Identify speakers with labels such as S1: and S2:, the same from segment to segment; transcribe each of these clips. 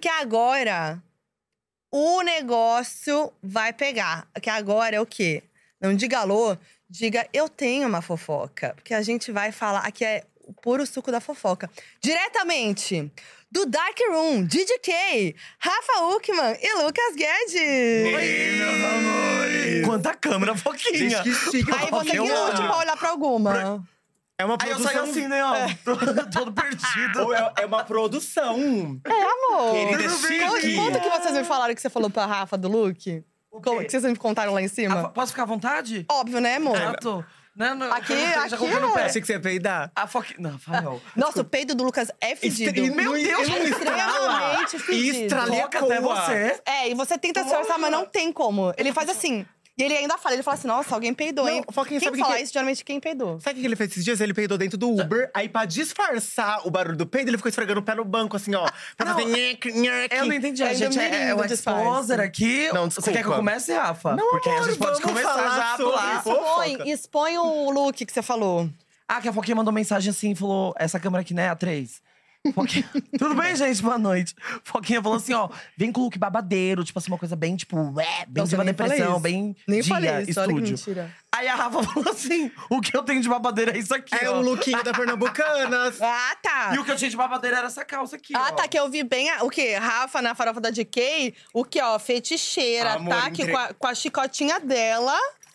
S1: que agora o negócio vai pegar. Que agora é o quê? Não diga alô, diga eu tenho uma fofoca. Porque a gente vai falar. Aqui é o puro suco da fofoca. Diretamente do Dark Room, DJK, Rafa Uckman e Lucas Guedes.
S2: Ei, meus amores!
S3: Quanta câmera, foquinha!
S2: Esqueci que eu
S1: Aí
S2: tava
S1: você tipo, que um.
S2: falando.
S1: lute pra olhar pra alguma.
S3: É uma
S2: Aí eu
S3: produção
S2: saio
S3: assim, né? Ó, todo perdido.
S2: É. Ou é, é uma produção.
S1: É, amor.
S2: Querida,
S1: Conta,
S2: chique.
S1: conta o que vocês me falaram que você falou pra Rafa do look.
S3: O
S1: Co-
S3: quê?
S1: Que vocês me contaram lá em cima.
S3: Ah, posso ficar à vontade?
S1: Óbvio, né, amor?
S3: Ah, tô. Né, não,
S1: Aqui-
S3: eu já
S1: aqui
S3: coloquei no
S1: é-
S3: pé.
S2: Achei que você ia peidar.
S3: A foquinha. Não, Rafael.
S1: Nossa, o peido do Lucas é fedido. é
S3: Estre- Meu Deus, como estrala!
S1: Extremamente fedido.
S2: Estralei
S3: Foca até você.
S1: É, e você tenta se forçar, mas não tem como. Ele faz assim. E ele ainda fala, ele fala assim, nossa, alguém peidou,
S2: Não,
S1: hein?
S2: foca em
S1: quem
S2: sabe o que
S1: fala
S2: que- é?
S1: isso, geralmente, quem peidou.
S2: Sabe o que ele fez esses dias? Ele peidou dentro do Uber, aí pra disfarçar o barulho do peido, ele ficou esfregando o pé no banco, assim, ó. Pra
S3: Não,
S2: fazer nheque, nheque.
S3: Eu não entendi. A
S1: É
S3: gente é, é
S1: do
S3: o
S1: mirim do
S3: exposer
S1: disfarce.
S3: aqui.
S2: Não,
S3: Você quer que eu
S2: desculpa.
S3: comece, Rafa?
S2: Não,
S3: Porque aí a
S2: amor,
S3: gente pode
S2: vamos
S3: começar
S2: falar
S3: já a
S2: sobre
S3: pular.
S2: isso. Fofoca.
S1: Expõe, expõe o look que você falou.
S3: Ah, que a Foquinha mandou mensagem assim, falou… Essa câmera aqui, né? A 3. Foquinha… Tudo bem, gente? Boa noite. Foquinha falou assim, ó… Vem com o look babadeiro, tipo assim, uma coisa bem, tipo… Ué, bem
S1: Nossa,
S3: diva
S1: eu nem falei
S3: depressão,
S1: isso.
S3: bem
S1: Nem
S3: dia,
S1: falei isso, olha que
S3: estúdio.
S1: mentira.
S3: Aí a Rafa falou assim, o que eu tenho de babadeira é isso aqui,
S2: É
S1: um
S3: ó.
S2: o lookinho da assim. Pernambucanas.
S1: Ah, tá.
S3: E o que eu tinha de babadeira era essa calça aqui, ó.
S1: Ah, tá, que eu vi bem a- o quê? Rafa na farofa da DK, o que, ó, feticheira,
S2: Amor,
S1: tá? Que
S2: entre-
S1: com, a, com a chicotinha dela,
S3: Ah,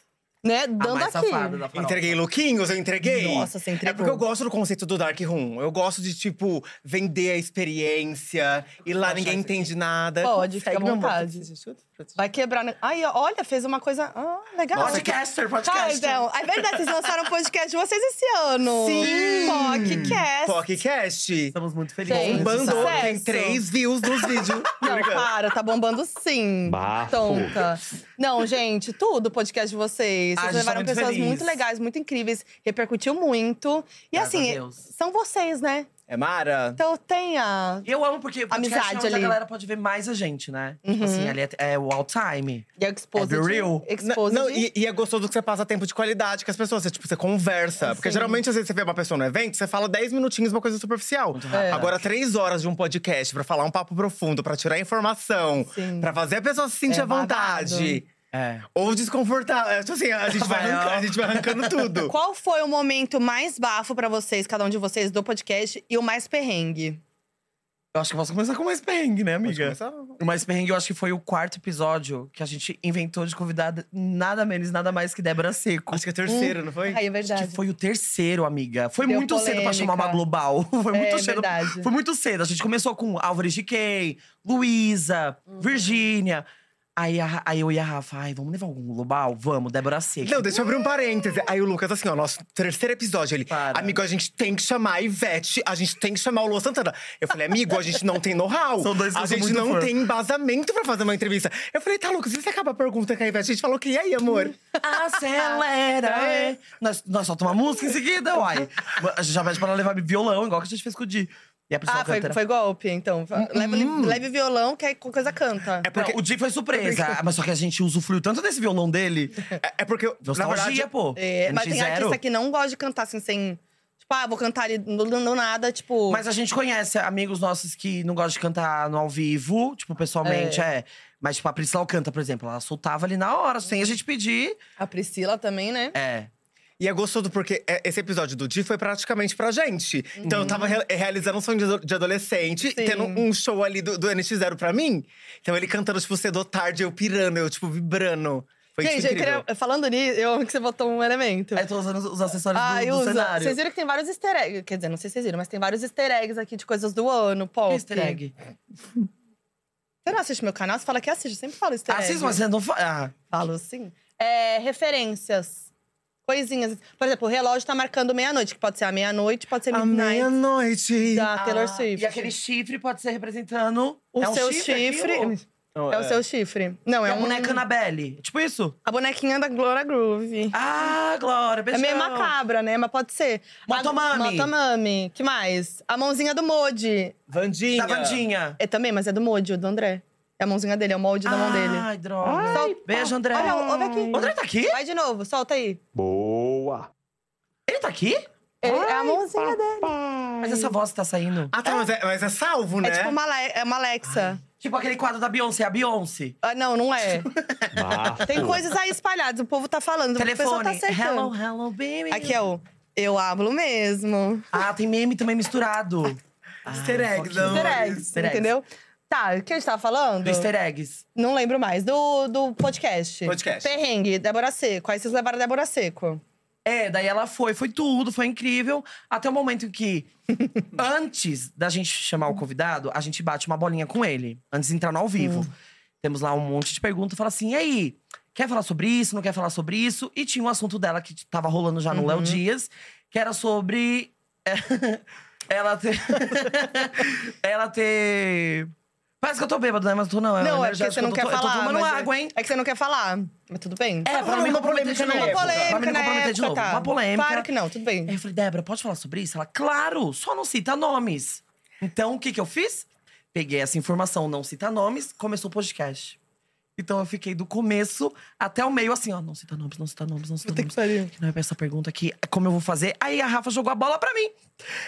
S1: né, dando
S3: mais
S1: aqui.
S3: safada da farofa.
S2: Entreguei lookinhos, eu entreguei.
S1: Nossa, você entregou.
S2: É porque eu gosto do conceito do Dark Room. Eu gosto de, tipo, vender a experiência. E lá
S3: achar
S2: ninguém
S3: isso aqui.
S2: entende nada.
S1: Pode, fica
S2: Segue,
S1: à
S2: meu amor.
S1: vontade. Vai quebrar… né? Aí, ó, olha, fez uma coisa… Ah, legal.
S3: Podcaster,
S1: Ah,
S3: podcaster.
S1: então, é verdade, vocês lançaram o podcast de vocês esse ano.
S2: Sim! É
S1: Podcast.
S2: Podcast.
S3: Estamos muito felizes.
S1: Gente,
S3: nesse
S2: Bombando,
S1: sucesso.
S2: Um tem três views nos vídeos.
S1: Não, para, tá bombando sim.
S4: Bafo.
S1: Tonta. Não, gente, tudo o podcast de vocês.
S3: Ah, a
S1: Vocês
S3: gente tá
S1: levaram
S3: muito
S1: pessoas
S3: feliz.
S1: muito legais, muito incríveis, repercutiu muito. E
S3: Graças a
S1: assim,
S3: Deus.
S1: são vocês, né?
S2: É Mara?
S1: Então tenha.
S3: E eu amo porque podcast
S1: Amizade
S3: é onde
S1: ali. Uhum.
S3: a galera pode ver mais a gente, né? Tipo assim, ali é, é o all time.
S1: E a Exposed.
S3: É the real.
S1: Exposed.
S2: Não, e, e é gostoso que você passa tempo de qualidade com as pessoas. Você, tipo, você conversa. Porque
S1: Sim.
S2: geralmente, às vezes, você vê uma pessoa no evento, você fala 10 minutinhos, uma coisa superficial.
S3: rápido.
S2: Agora, três horas de um podcast pra falar um papo profundo, pra tirar informação,
S1: Sim.
S2: pra fazer a pessoa se sentir
S1: É
S2: à vontade.
S3: É.
S2: Ou desconfortável. É, tipo assim, a gente vai,
S3: Vai, ó.
S2: arrancando, a gente vai arrancando tudo.
S1: Qual foi o momento mais bafo pra vocês, cada um de vocês, do podcast e o mais perrengue?
S3: Eu acho que eu posso começar com o mais perrengue, né,
S2: Pode
S3: amiga?
S2: começar?
S3: O mais perrengue, eu acho que foi o quarto episódio que a gente inventou de convidar nada menos, nada mais que Débora Seco.
S2: Acho que é terceiro, não foi?
S1: Aí, é
S3: Acho
S1: verdade.
S3: que foi o terceiro, amiga. Foi
S1: Deu
S3: muito cedo pra chamar uma
S1: polêmica.
S3: global. Foi
S1: É,
S3: muito cedo.
S1: verdade.
S3: Foi muito cedo. A gente começou com Álvares de Kay, Luísa,
S1: Uhum.
S3: Virgínia. Aí, a- aí eu e a Rafa, ai, vamos levar algum global? Vamos, Débora Seco.
S2: Não, deixa eu abrir um parêntese. Aí o Lucas, assim, ó, nosso terceiro episódio, ele…
S3: Para.
S2: Amigo, a gente tem que chamar a Ivete, a gente tem que chamar o Lua Santana. Eu falei, amigo, a gente não tem know-how.
S3: São dois que
S2: A
S3: eu sou
S2: gente
S3: muito
S2: não
S3: fã.
S2: tem embasamento pra fazer uma entrevista. Eu falei, tá, Lucas, e se acaba a pergunta com a Ivete? A gente falou que, e aí,
S3: Hum.
S2: amor?
S3: Acelera! é. Nós, nós soltamos uma música em seguida, uai. A gente já pede pra ela levar violão, igual que a gente fez com o Di. E a pessoa Hum,
S1: Ah, foi,
S3: canta.
S1: foi golpe, então. Leve, leve violão, que aí qualquer coisa canta.
S2: É porque,
S3: Não, o Di foi surpresa, mas só que a gente usufruiu tanto desse violão dele.
S2: é, é porque na
S3: Nostalgia,
S2: verdade…
S3: pô.
S1: É, mas tem
S3: NX0.
S1: artista que não gosta de cantar assim, sem. Tipo, ah, vou cantar ali não não nada, tipo.
S3: Mas a gente conhece amigos nossos que não gostam de cantar no ao vivo, tipo, pessoalmente, é. Mas, tipo, a Priscila canta, por exemplo, ela soltava ali na hora, sem a gente pedir.
S1: A Priscila também, né?
S3: É.
S2: E é gostoso porque é, esse episódio do Di foi praticamente pra gente. Então eu tava re- realizando um sonho de ado- de adolescente,
S1: Uhum. Sim.
S2: tendo um show ali do, do NX0 pra mim. Então ele cantando, tipo, cedo ou tarde, eu pirando, eu, tipo, vibrando. Foi
S1: Gente,
S2: tipo,
S1: eu
S2: incrível.
S1: queria, falando nisso, eu amo que você botou um elemento.
S3: Aí tô usando os- os acessórios
S1: Ah,
S3: do,
S1: eu
S3: do
S1: uso.
S3: cenário.
S1: Vocês viram que tem vários easter eggs. Quer dizer, não sei se vocês viram, mas tem vários easter eggs aqui de coisas do ano, pop.
S3: Que easter egg?
S1: Você não assiste meu canal? Você fala que assiste, eu sempre falo easter
S3: Ah,
S1: egg.
S3: sim, mas você não ah. fala.
S1: Falo sim. É, referências. Coisinhas. Por exemplo, o relógio tá marcando meia-noite, que pode ser a meia-noite, pode ser
S2: A
S1: midnight
S2: meia-noite.
S1: da Taylor Swift.
S3: Ah, E aquele chifre pode ser representando
S1: O
S3: é um
S1: seu
S3: chifre.
S1: chifre.
S3: aquilo?
S2: Não,
S1: É o seu chifre. Não,
S3: É,
S1: é
S3: a
S1: um.
S3: boneca Annabelle. Tipo isso?
S1: A bonequinha da Glória Groove.
S3: Ah, Glória,
S1: É
S3: beijão.
S1: meio macabra, né? Mas pode ser.
S3: Motomami.
S1: A- Motomami. Que mais? A mãozinha do Modi.
S2: Vandinha.
S3: Da Vandinha.
S1: É também, mas é do Modi, o do André. É a mãozinha dele, é o molde da mão dele.
S3: Ai, droga.
S1: Ai,
S3: Beijo, André.
S1: Olha, ouve aqui.
S3: O André tá aqui?
S1: Vai de novo, solta aí.
S4: Boa!
S3: Ele tá aqui?
S4: Ele- é a mãozinha dele.
S3: Mas essa voz tá saindo.
S2: Ah, tá, mas é, mas é salvo, né?
S1: É tipo uma, Ale- é uma Alexa.
S3: Tipo aquele quadro da Beyoncé, a Beyoncé.
S1: Ah, não, não é.
S5: Bafo.
S1: Tem coisas aí espalhadas, o povo tá falando, o pessoal tá
S3: Telefone.
S1: acertando.
S3: hello, hello, baby.
S1: Aqui é o eu hablo mesmo.
S3: Ah, tem meme também misturado. Ah,
S2: Easter eggs,
S3: foquinha.
S2: amores.
S1: Easter eggs,
S3: Easter eggs.
S1: entendeu? Tá, o que a gente tava falando?
S3: Do easter eggs.
S1: Não lembro mais. Do, do podcast.
S2: Podcast.
S1: Perrengue, Débora Seco. Aí vocês levaram a Débora Seco.
S3: É, daí ela foi, foi tudo, foi incrível. Até o momento em que, antes da gente chamar o convidado, a gente bate uma bolinha com ele, antes
S1: Hum.
S3: de entrar no ao vivo. Temos lá um monte de perguntas, fala assim: e aí? Quer falar sobre isso? Não quer falar sobre isso? E tinha um assunto dela que tava rolando já no
S1: Uhum.
S3: Léo Dias, que era sobre. eh, ela ter. ela ter. Parece que eu tô bêbado, né? Mas eu tô não.
S1: não, é porque
S3: energética,
S1: você não
S3: eu
S1: quer
S3: tô, eu
S1: falar.
S3: tô tomando
S1: mas é-
S3: água, hein?
S1: É que você não quer falar. Mas tudo bem.
S3: É, pra não me
S2: uma
S3: comprometer de
S2: polêmica
S1: Uma
S2: na época.
S3: novo. Pra
S1: polêmica,
S3: me não
S1: na
S3: comprometer
S1: época,
S3: de novo.
S1: tá.
S3: Uma polêmica. É
S1: Claro que não, tudo bem.
S3: Aí eu falei, Débora, pode falar sobre isso? Ela, claro, só não cita nomes. Então, o que, que eu fiz? Peguei essa informação, não cita nomes, começou o podcast. Então, eu fiquei do começo até o meio assim, ó, não cita nomes, não cita nomes, não cita
S1: Puta que
S3: nomes.
S1: pariu.
S3: Não é pra essa pergunta aqui, como eu vou fazer? Aí a Rafa jogou a bola pra mim.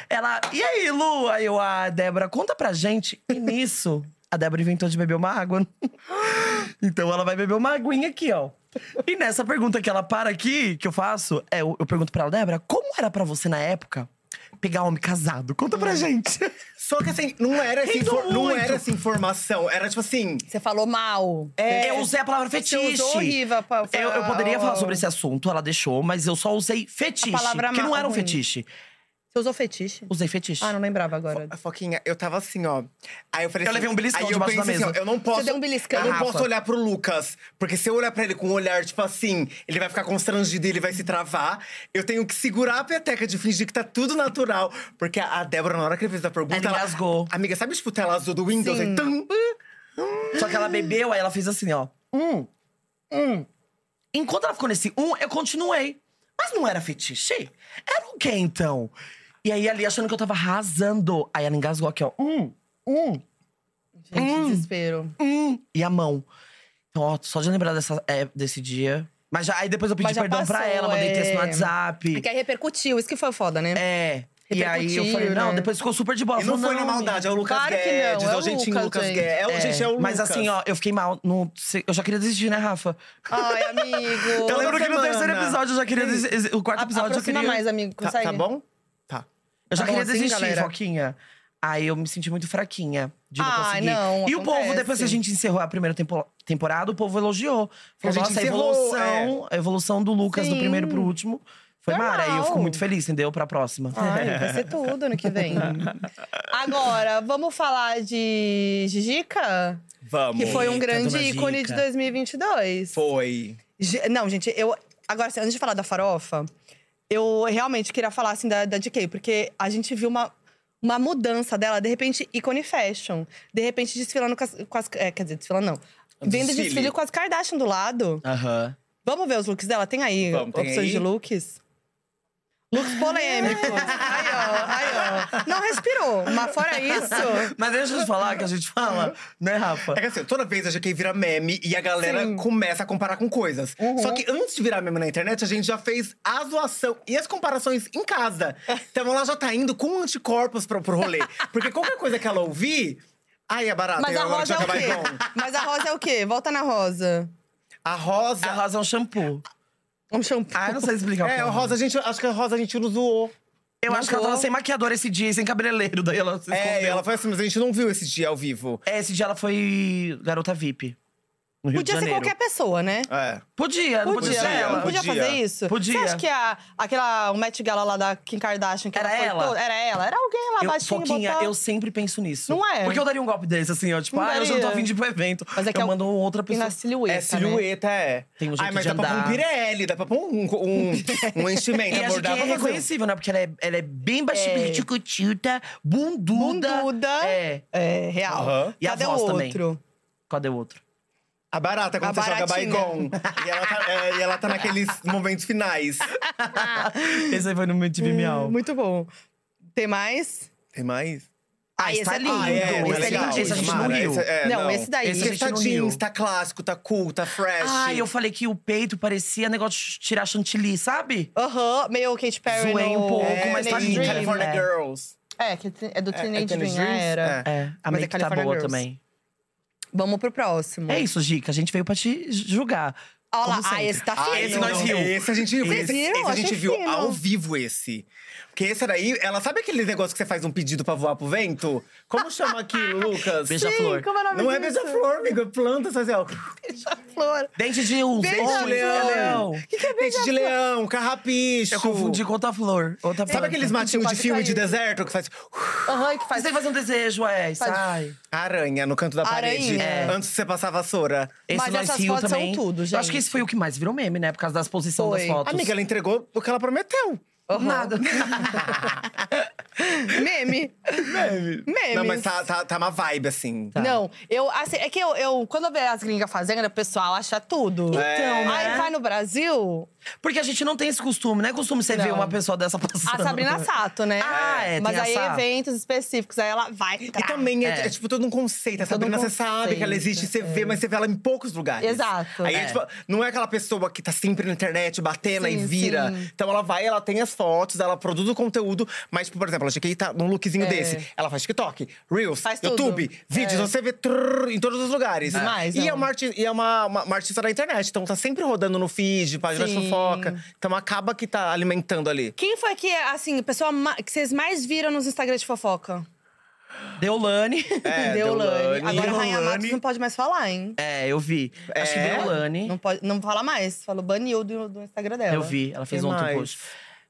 S3: Ela, e aí, Lu? Aí eu, ah, Débora, conta pra gente. E nisso, a Débora inventou de beber uma água. né? Então ela vai beber uma aguinha aqui, ó. E nessa pergunta que ela para aqui, que eu faço, é, eu, eu pergunto pra ela, Débora, como era pra você na época pegar homem casado? Conta
S1: Hum.
S3: pra gente.
S2: Só que assim, não era essa,
S3: Rindo
S2: infor- não
S3: muito.
S2: era essa informação. Era tipo assim…
S1: Você falou mal.
S3: É,
S1: É,
S3: eu usei a palavra
S1: Você
S3: fetiche.
S1: usou horrível. a pa-
S3: Eu, eu poderia
S1: a-
S3: falar sobre esse assunto, ela deixou, mas eu só usei fetiche.
S1: palavra
S3: que não
S1: ma-
S3: era um
S1: ruim.
S3: fetiche.
S1: Você usou fetiche?
S3: Usei fetiche.
S1: Ah, não lembrava agora.
S2: A Foquinha, eu tava assim, ó. Aí eu falei
S3: Eu
S2: assim,
S3: levei um beliscão
S2: aí eu
S3: debaixo da
S2: pensei
S3: mesa.
S2: Assim, ó, eu não posso,
S1: deu um beliscão,
S2: Eu não
S3: Rafa.
S2: posso olhar pro Lucas. Porque se eu olhar pra ele com um olhar, tipo assim, ele vai ficar constrangido e ele vai se travar. Eu tenho que segurar a peteca de fingir que tá tudo natural. Porque a a Débora, na hora que ele fez a pergunta…
S3: Ela engasgou.
S2: Amiga, sabe tipo tela azul do Windows?
S1: Sim.
S2: Aí, tum,
S3: Só que ela bebeu, aí ela fez assim, ó. Um, um. Enquanto ela ficou nesse um, eu continuei. Mas não era fetiche? Era o quê, então? E aí, ali, achando que eu tava arrasando. Aí ela engasgou aqui, ó. Um, um,
S1: Gente,
S3: Hum.
S1: desespero.
S3: um. E a mão. Então, ó, só de lembrar dessa, é, desse dia. Mas já, aí depois eu pedi
S1: Mas já
S3: perdão pra
S1: passou,
S3: ela, mandei
S1: é.
S3: texto no WhatsApp.
S1: Porque aí repercutiu, isso que foi foda, né?
S3: É. E aí eu
S1: Repercutiu,
S3: falei, não,
S1: né?
S3: depois ficou super de bola.
S2: E não foi
S3: Falou,
S2: na maldade, é o Lucas
S1: Claro que não,
S2: Guedes,
S1: é
S2: é
S1: o
S2: o jeitinho
S1: Lucas,
S2: Lucas
S1: gente.
S2: Guedes. É, o- gente, é o
S3: Mas
S2: Lucas.
S3: assim, ó, eu fiquei mal. não sei- eu já queria desistir, né, Rafa?
S1: Ai, amigo.
S3: Eu lembro que no
S2: semana.
S3: terceiro episódio eu já queria desistir. O quarto episódio eu
S1: Aproxima
S3: queria.
S1: mais, amigo.
S2: Tá,
S1: Consegue?
S2: tá bom? Tá.
S3: Eu já
S1: Tá bom
S3: queria
S1: assim,
S3: desistir,
S1: galera?
S3: Foquinha. Aí eu me senti muito fraquinha de não
S1: Ah,
S3: conseguir.
S1: não,
S3: e o povo,
S1: acontece.
S3: depois que a gente encerrou a primeira tempo- temporada, o povo elogiou.
S2: A
S3: Falou,
S2: gente
S3: nossa, a
S2: encerrou,
S3: evolução, a evolução do Lucas do
S1: é. Sim.
S3: primeiro pro último. Foi
S1: Normal.
S3: mara. Aí eu fico muito feliz, entendeu? Pra próxima.
S1: Ai, vai ser tudo ano que vem. Agora, vamos falar de Gigica?
S2: Vamos.
S1: Que foi um
S3: Eita,
S1: grande
S3: dona
S1: ícone
S3: Gica.
S1: de 2022.
S2: Foi.
S1: Ge- Não, gente, eu. Agora, assim, antes de falar da farofa, eu realmente queria falar assim da, da DK, porque a gente viu uma, uma mudança dela, de repente, ícone fashion. De repente, desfilando com as. com as- é, quer dizer, desfilando não. Vendo
S2: Desfile.
S1: desfile com as Kardashian do lado.
S3: Aham.
S1: Vamos ver os looks dela? Tem aí
S2: Vamos, tem
S1: opções
S2: aí?
S1: de looks? Looks polêmicos. aí, ó, aí, ó. Não respirou, mas fora isso.
S3: Mas deixa eu te falar que a gente fala, né, Rafa?
S2: É que assim, toda vez a GK vira meme e a galera
S1: Sim.
S2: começa a comparar com coisas. Só que antes de virar meme na internet, a gente já fez a zoação e as comparações em casa. Então ela já tá indo com anticorpos pro, pro rolê. Porque qualquer coisa que ela ouvir… Ai, é barata.
S1: Mas
S2: eu
S1: a
S2: agora
S1: rosa é
S2: já
S1: o
S2: vai
S1: quê?
S2: bom.
S1: Mas a rosa é o quê? Volta na rosa.
S2: A rosa…
S3: A rosa é um shampoo.
S1: Um shampoo.
S3: Ah, eu não sei explicar o que
S2: É, a rosa, a gente, acho que a rosa a gente não zoou.
S3: Eu acho que ela tava sem maquiador esse dia, e sem cabeleireiro. Daí ela se
S2: É, e
S3: escondeu.
S2: ela foi assim, mas a gente não viu esse dia ao vivo.
S3: É, esse dia ela foi garota VIP. No Rio
S1: Podia
S3: de
S1: ser
S3: Janeiro.
S1: qualquer pessoa, né?
S2: É.
S3: Podia, não podia,
S1: Podia,
S3: ser
S1: né?
S3: ela.
S1: Não podia,
S2: Podia.
S1: fazer isso?
S3: Podia.
S1: Você acha que a, aquela, o Met Gala lá da Kim Kardashian… Que
S3: Era
S1: ela foi
S3: ela?
S1: toda- era ela. Era alguém lá
S3: Eu,
S1: baixinho,
S3: Foquinha,
S1: botar-
S3: eu sempre penso nisso.
S1: Não é?
S3: Porque eu daria um golpe desse, assim, ó. Tipo,
S1: Não
S3: ah, eu já não tô
S1: daria.
S3: afim de ir pro evento.
S1: Mas é que
S3: eu
S1: é o-
S3: mando outra
S1: E na
S3: pessoa.
S1: silhueta,
S2: É
S1: né?
S2: silhueta, é.
S3: Tem um jeito
S2: Ai, mas
S3: de
S2: dá pra pôr um
S3: andar.
S2: pirelli, dá pra pôr um, um, um enchimento.
S3: E a gente
S2: abordar,
S3: é
S2: pra fazer um-
S3: reconhecível, né? Porque ela é, ela é bem baixinha,
S1: É.
S3: piticutilta, bunduda.
S1: Bunduda.
S3: É.
S1: É, real.
S2: Aham.
S3: E a
S1: Cadê
S3: voz
S1: o
S3: também.
S1: outro?
S3: Cadê o outro?
S2: A barata, quando
S1: A
S2: você joga
S1: baratinha.
S2: Baigon. e, ela tá, é, e ela tá naqueles momentos finais.
S1: Hum.
S3: Esse aí foi no meu time miau.
S1: Muito bom. Tem mais?
S2: Tem mais?
S3: Ah,
S1: Ah,
S3: esse
S1: esse
S3: é
S1: é
S3: lindo.
S1: Ah, é,
S3: esse
S1: mas
S3: é
S1: legal,
S3: lindo. Esse a gente não
S1: Mara,
S3: riu.
S2: é,
S1: Não, esse daí.
S3: Esse a gente
S2: tá
S3: não
S2: jeans,
S3: riu.
S2: tá clássico, tá cool, tá fresh.
S3: Ah, eu falei que o peito parecia negócio de tirar chantilly, sabe?
S1: Aham, meio Katy Perry
S3: Zoei
S1: no
S3: um pouco,
S2: é,
S3: mas tá
S1: Teenage
S2: tem
S3: lindo.
S1: Dream.
S2: California Girls.
S1: É, que é do
S2: É,
S1: Teenage
S2: é
S1: Dream,
S2: Teenage
S1: já
S2: Dreams?
S1: era.
S2: É.
S3: É, a
S1: Mas
S3: make
S1: é
S3: tá
S1: California
S3: boa
S1: Girls.
S3: também.
S1: Vamos pro próximo.
S3: É isso, Gica. A gente veio pra te julgar.
S1: Olha lá,
S3: como
S1: ah,
S3: sempre.
S1: esse tá
S2: Ah,
S1: fino.
S3: esse nós
S2: não,
S3: riu.
S2: Esse a gente riu.
S1: Vocês
S2: Esse,
S1: viram?
S2: esse a
S1: Achei
S2: gente viu
S1: fino.
S2: ao vivo esse. Porque esse daí, ela sabe aquele negócio que você faz um pedido pra voar pro vento? Como chama aquilo, Lucas?
S3: Beija-flor.
S1: Sim, como é o nome
S2: Não é
S1: disso?
S2: beija-flor, amigo. É planta, sabe? ó.
S1: Flor.
S3: Dente de urso,
S1: Beijo,
S3: dente de
S2: leão.
S3: leão.
S2: Que que é Dente de leão, carrapicho.
S3: Eu confundi com outra flor. Outra
S2: Sabe
S3: planta.
S2: aqueles matinhos de
S1: Pode
S2: filme de
S1: cair.
S2: deserto que faz
S1: Aham, que
S3: Mas
S1: faz.
S3: tem que fazer um desejo, é. Sai.
S2: aranha no canto da parede?
S1: Aranha. É.
S2: Antes de você passar a vassoura.
S3: Esse
S1: Mas
S3: nós
S1: essas
S3: riu
S1: fotos são
S3: também.
S1: tudo,
S3: Eu acho que
S1: gente.
S3: esse foi o que mais virou meme, né? Por causa da exposição
S1: Foi.
S3: das fotos.
S2: Amiga, ela entregou o que ela prometeu.
S1: Aham.
S3: Nada.
S1: Meme. Meme. Meme.
S2: Não, mas tá, tá, tá uma vibe, assim.
S1: Não, eu. assim, é que eu, eu- Quando eu vejo as gringas fazendo, o pessoal acha tudo.
S3: Então, né?
S1: Aí vai no Brasil,
S3: Porque a gente não tem esse costume, né? Costume você
S1: Não.
S3: ver uma pessoa dessa passando.
S1: a Sabrina Sato, né?
S3: Ah, é, tem
S1: Mas
S3: a
S1: aí,
S3: Sato.
S1: eventos específicos, aí ela vai. tá.
S2: E
S1: trá.
S2: também é,
S3: É.
S2: é, tipo todo um conceito. A
S1: Todo um
S2: Sabrina, você sabe que
S1: conceito,
S2: ela
S1: é.
S2: existe, você vê, mas você vê ela em poucos lugares.
S1: Exato.
S2: Aí,
S1: É.
S2: é, tipo, não é aquela pessoa que tá sempre na internet, batendo
S1: Sim,
S2: e vira.
S1: sim.
S2: Então ela vai, ela tem as fotos, ela produz o conteúdo. Mas, tipo, por exemplo, ela chega e tá num lookzinho
S1: É.
S2: desse. Ela faz TikTok, Reels,
S1: Faz tudo.
S2: YouTube, vídeos.
S1: É.
S2: Você vê trrr, em todos os lugares.
S1: Demais,
S2: e
S1: amo.
S2: é, uma, arti- e é uma, uma- uma artista da internet. Então tá sempre rodando no feed, página de
S1: Sim.
S2: fofoca. Então acaba que tá alimentando ali.
S1: Quem foi que, assim, a pessoa ma- que vocês mais viram nos Instagrams de fofoca?
S3: Deolane.
S2: É,
S1: Deolane. Agora a Rainha
S2: Deolane.
S1: Matos não pode mais falar, hein?
S3: É, eu vi. Acho que
S2: É?
S3: Deolane.
S1: Não, pode, não fala mais. Falou, baniu do, do Instagram dela.
S3: Eu vi. Ela fez
S2: Quem
S3: ontem
S2: mais?
S3: post.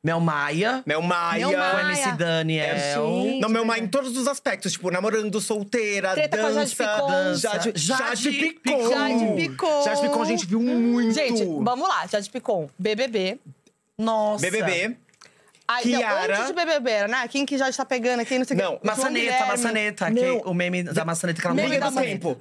S3: Mel Maia.
S2: Mel Maia.
S1: Mel
S3: Com
S1: Maia.
S3: MC Daniel.
S1: Gente,
S2: Não, meu mãe
S1: né?
S2: em todos os aspectos. Tipo, namorando, solteira,
S1: Treta com a Jade
S2: dança.
S1: Picon.
S2: Jade,
S3: Jade
S2: Jade,
S3: Picon.
S2: Picon.
S1: Jade Picon. Hum,
S2: Jade Picon, a gente viu muito.
S1: Gente, vamos lá. Jade Picon, BBB.
S3: Nossa.
S2: BBB.
S1: Aí, não,
S2: Kiara.
S1: antes de BBB era, né? Quem que já está pegando, quem não sei o quê.
S2: Não,
S1: João
S3: Maçaneta,
S1: Guilherme.
S3: maçaneta. que
S2: Não.
S3: o meme da maçaneta que ela
S1: Meme
S2: Meio
S1: da
S2: do
S1: mãe.
S2: tempo.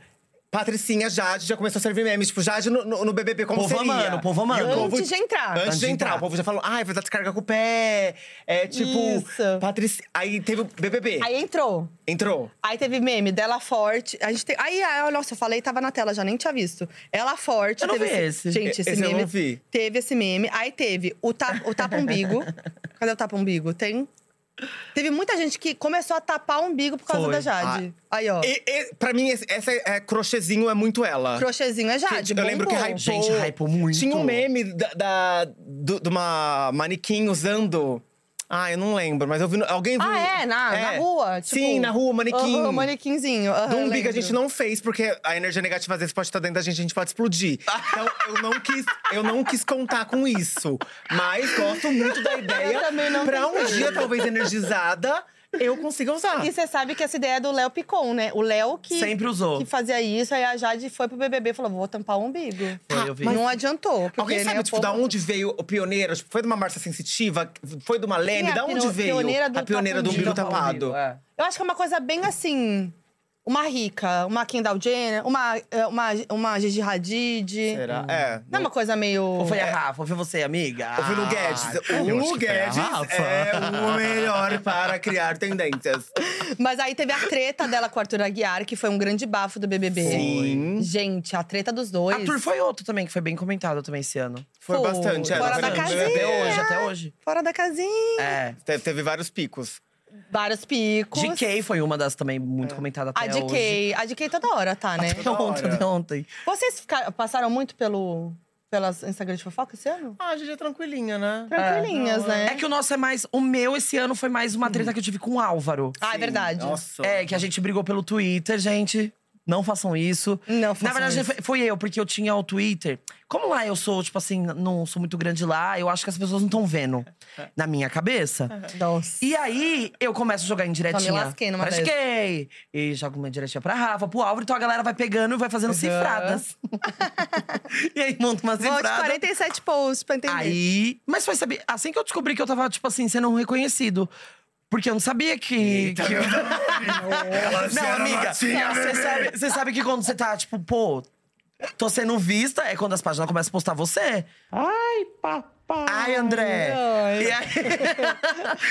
S2: Patricinha, Jade, já começou a servir memes. Tipo, Jade no, no, no BBB, como
S3: Povo
S2: seria?
S3: amando,
S2: E
S3: povo
S2: o
S3: amando.
S2: povo-
S1: Antes de entrar.
S2: Antes de entrar, o povo já falou, ai, vai dar descarga com o pé. É tipo,
S1: Isso.
S2: Patricinha. Aí teve o BBB.
S1: Aí entrou.
S2: Entrou.
S1: Aí teve meme dela forte. A gente tem. Aí, aí, nossa, eu falei, tava na tela, já nem tinha visto. Ela forte.
S3: Eu não
S1: teve
S3: vi esse.
S1: Gente, esse,
S2: Esse eu
S1: meme.
S2: não vi.
S1: Teve esse meme. Aí teve o, ta... o tapa-umbigo. Cadê o tapa-umbigo? Tem. Teve muita gente que começou a tapar o umbigo por causa
S3: Foi.
S1: da Jade.
S2: Ah,
S1: Aí, ó.
S2: E, e, pra mim, esse, essa é, é, crochêzinho é muito ela.
S1: Crochêzinho é Jade.
S2: eu lembro que
S1: bombou.
S2: hypou.
S3: Gente, hypou muito.
S2: Tinha um meme da, da- do- de uma manequim usando. Ah, eu não lembro, mas eu vi. no- Alguém viu.
S1: Ah, é? Na, na
S2: É.
S1: rua? Tipo,
S2: Sim, na rua, manequim.
S1: Aham, manequinzinho. aham,
S2: Do umbigo
S1: lembro.
S2: a gente não fez, porque a energia negativa às vezes pode estar dentro da gente, a gente pode explodir. Então eu não quis, eu não quis contar com isso. Mas gosto muito da ideia.
S1: também não
S2: pra um
S1: tentei.
S2: dia, talvez energizada, eu consiga usar.
S1: E você sabe que essa ideia é do Léo Picon, né? O Léo que,
S3: Ah. Sempre usou.
S1: que fazia isso, aí a Jade foi pro BBB e falou: vou tampar o umbigo.
S3: Foi, eu vi.
S1: Não adiantou. Porque,
S2: Alguém sabe,
S1: né, o
S2: tipo,
S1: povo-
S3: um-
S2: da onde veio o pioneiro? Tipo, foi de uma Marcia Sensitiva? Foi de uma
S1: Quem
S2: Lene?
S1: é a
S2: da onde
S1: pino-
S2: veio
S1: pioneira do
S2: a pioneira do
S1: tapão
S2: umbigo
S1: umbigo?
S2: tapado?
S3: É.
S1: Eu acho que é uma coisa bem assim. Uma rica, uma Kendall Jenner, uma, eh, uma, uma Gigi Hadid.
S2: Será? É.
S1: Não é uma coisa meio.
S3: Ou foi a Rafa? Ou foi você, amiga?
S2: Eu fui no Guedes.
S3: Ah,
S2: o
S3: eu acho
S2: Lu
S3: que foi a
S2: Guedes
S3: Rafa.
S2: é o melhor para criar tendências.
S1: Mas aí teve a treta dela com o Arthur Aguiar, que foi um grande bafo do BBB. Gente, a treta dos dois.
S3: A Tour foi é, outro também, que foi bem comentado também esse ano.
S2: Foi
S1: Foi.
S2: bastante.
S1: Fora
S2: ela foi
S1: da
S2: no
S1: casinha.
S2: BBB.
S3: né? Até hoje, até hoje.
S1: Fora da casinha.
S3: É.
S2: Te- Teve vários picos.
S1: Vários picos.
S3: GK foi uma das também muito comentada até
S1: A de
S3: hoje.
S1: Kay. A de Kay toda hora tá, né?
S3: Até ontem,
S2: hora.
S3: até ontem.
S1: Vocês fica- passaram muito pelo, pelas Instagram de fofoca esse ano?
S2: Ah, a gente é tranquilinha, né?
S1: Tranquilinhas, né?
S3: É Hum. que o nosso é mais. O meu esse ano foi mais uma treta que eu tive com o Álvaro.
S1: Ah, é verdade.
S2: Nossa.
S3: É, que a gente brigou pelo Twitter, gente. Não façam isso.
S1: Não façam
S3: Na verdade,
S1: isso.
S3: foi, foi eu, porque eu tinha o Twitter. Como lá eu sou, tipo assim, não sou muito grande lá, eu acho que as pessoas não estão vendo
S1: É.
S3: na minha cabeça.
S1: Nossa.
S3: E aí, eu começo a jogar em diretinha.
S1: Só me lasquei numa
S3: pra
S1: dessas.
S3: GK, E jogo uma diretinha pra Rafa, pro Álvaro. Então a galera vai pegando e vai fazendo cifradas. e aí monta uma
S1: Volte
S3: cifrada.
S1: 47 posts pra entender.
S3: Aí. Mas foi saber. Assim que eu descobri que eu tava, tipo assim, sendo reconhecido. Porque eu não sabia que. que eu- Não, amiga,
S1: né?
S2: né?
S3: você sabe, você sabe que quando você tá, tipo, pô, tô sendo vista, é quando as páginas começam a postar você.
S4: Ai, papai.
S1: Papai.
S3: Ai, André!
S1: Ai.
S3: E aí...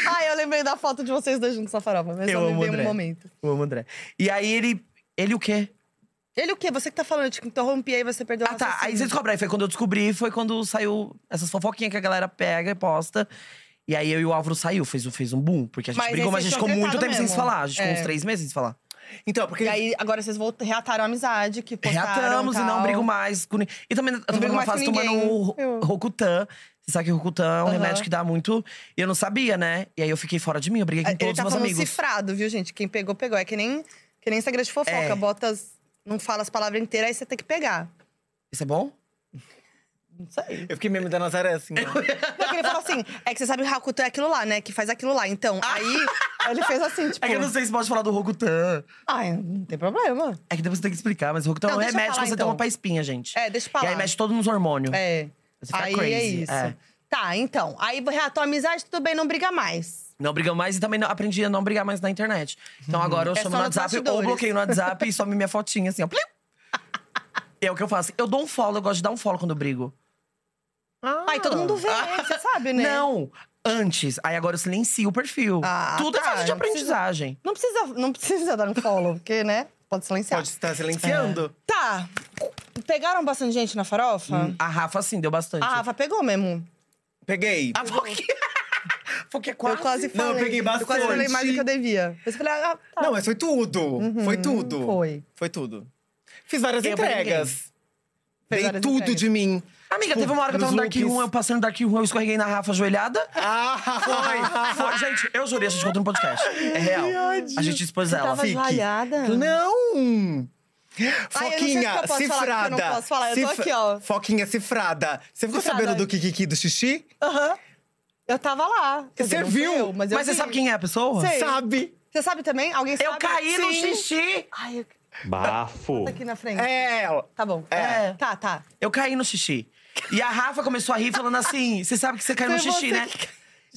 S1: Ai, Ah, eu lembrei da foto de vocês dois juntos na farofa, mas
S3: Eu
S1: eu
S3: amo
S1: lembrei
S3: o
S1: um
S3: André.
S1: momento.
S3: Eu amo o André. E aí ele. Ele o quê?
S1: Ele o quê? Você que tá falando, eu te interrompi aí, você perdeu o
S3: Ah, tá. Aí
S1: raciocínio.
S3: você descobre. Aí foi quando eu descobri, foi quando saiu essas fofoquinhas que a galera pega e posta. E aí eu e o Álvaro saiu, fez, um- fez um boom. Porque a gente
S1: Mas aí
S3: brigou, mas a
S1: vocês
S3: gente ficou
S1: tinham
S3: muito tempo
S1: tretado
S3: sem se
S1: mesmo.
S3: falar. A gente ficou
S1: É.
S3: uns três meses sem se falar.
S2: Então, porque.
S1: E aí, agora vocês voltaram, reataram a amizade, que postaram,
S3: Reatamos e não
S1: tal.
S3: brigo mais. com ni- E também eu tô
S1: brigo
S3: vendo uma
S1: mais com
S3: fase tomando
S1: ninguém.
S3: o
S1: Eu-
S3: Rocutan. Você sabe que o Rocutan é um
S1: Aham.
S3: remédio que dá muito. E eu não sabia, né? E aí eu fiquei fora de mim, eu briguei com
S1: Ele
S3: todos
S1: tá
S3: os meus
S1: falando
S3: amigos.
S1: cifrado, viu, gente? Quem pegou, pegou. É que nem, que nem segredo de fofoca.
S3: É.
S1: Bota as- não fala as palavras inteiras, aí você tem que pegar.
S3: Isso é bom?
S1: Não sei.
S2: Eu fiquei meme da Nazaré, assim. ó.
S1: Porque ele fala assim, é que você sabe que o Rakuto é aquilo lá, né? Que faz aquilo lá. Então, aí ele fez assim, tipo…
S3: Ah. É que eu não sei se pode falar do Rocutan.
S1: Ai, não tem problema.
S3: É que depois você tem que explicar, mas o Rocutan é
S1: Não,
S3: um
S1: deixa eu
S3: remédio
S1: falar,
S3: que você
S1: então.
S3: toma pra espinha, gente.
S1: É, deixa eu
S3: E
S1: falar.
S3: aí mexe todos nos hormônios.
S1: É.
S3: Você fica
S1: Aí
S3: crazy.
S1: é isso.
S3: é.
S1: Tá, então. Aí reatou a amizade, tudo bem, não briga mais.
S3: Não brigamos mais e também não- aprendi a não brigar mais na internet. Então agora eu
S1: É
S3: chamo
S1: só
S3: no
S1: nos
S3: WhatsApp, ou
S1: bastidores.
S3: bloqueio no WhatsApp e some minha fotinha, assim, ó. Plim! E é o que eu faço. Eu dou um follow, eu gosto de dar um follow quando eu brigo.
S2: Ah.
S1: Aí todo mundo vê, né? você sabe, né?
S3: Não, antes. Aí agora eu silencio o perfil.
S1: Ah,
S3: Tudo é
S1: tá,
S3: fase de
S1: não precisa-
S3: aprendizagem.
S1: Não precisa, não precisa dar um follow, porque, né? Pode silenciar.
S2: Pode estar silenciando.
S1: Tá. Pegaram bastante gente na farofa?
S3: A Rafa, sim, deu bastante.
S1: A Rafa pegou mesmo.
S2: Peguei.
S3: A Foque... Foque é quase...
S1: Eu quase
S2: Não, eu
S1: falei.
S2: peguei
S1: Eu quase falei mais do que eu
S2: bastante.
S1: devia. Mas eu falei, ah, tá.
S2: Não, mas foi tudo. foi tudo.
S1: Uhum, foi.
S2: Foi tudo. Fiz várias
S3: Eu
S2: entregas.
S1: Fez
S2: Dei
S1: várias
S2: tudo
S1: entregas.
S2: de mim.
S3: Amiga,
S2: Tipo,
S3: teve uma hora que eu tava no
S2: nos
S3: Dark
S2: looks.
S3: Room, eu passei no Dark Room, eu escorreguei na Rafa ajoelhada.
S2: Ah,
S3: Foi, gente, eu jurei, a gente contou no podcast. É real. A gente expôs
S1: Você
S3: ela.
S1: tava
S3: Fique.
S1: joalhada?
S2: Não!
S1: Ai, eu não sei se
S2: Foquinha,
S1: eu posso falar, porque eu
S2: cifrada.
S1: não posso falar, eu tô
S2: Cifra-
S1: aqui, ó.
S2: Foquinha, cifrada. Você ficou
S1: Cifrada.
S2: sabendo do Kikiki do xixi?
S1: Aham. Eu tava lá. Quer
S2: Você
S1: dizer, não fui
S2: viu?
S1: eu, mas eu
S3: Mas você
S1: vi.
S3: sabe quem é a pessoa?
S1: assim. Sei.
S2: Sabe?
S1: Você sabe também? Alguém sabe?
S3: Eu caí no
S1: Sim.
S3: xixi!
S1: Ai, eu...
S4: Bafo.
S1: tá aqui na frente.
S2: É ela.
S1: Tá bom.
S3: É.
S1: Tá, tá.
S3: Eu caí no xixi. E a Rafa começou a rir, falando assim: Você sabe que você caiu no
S1: Foi
S3: xixi,
S1: você
S3: né?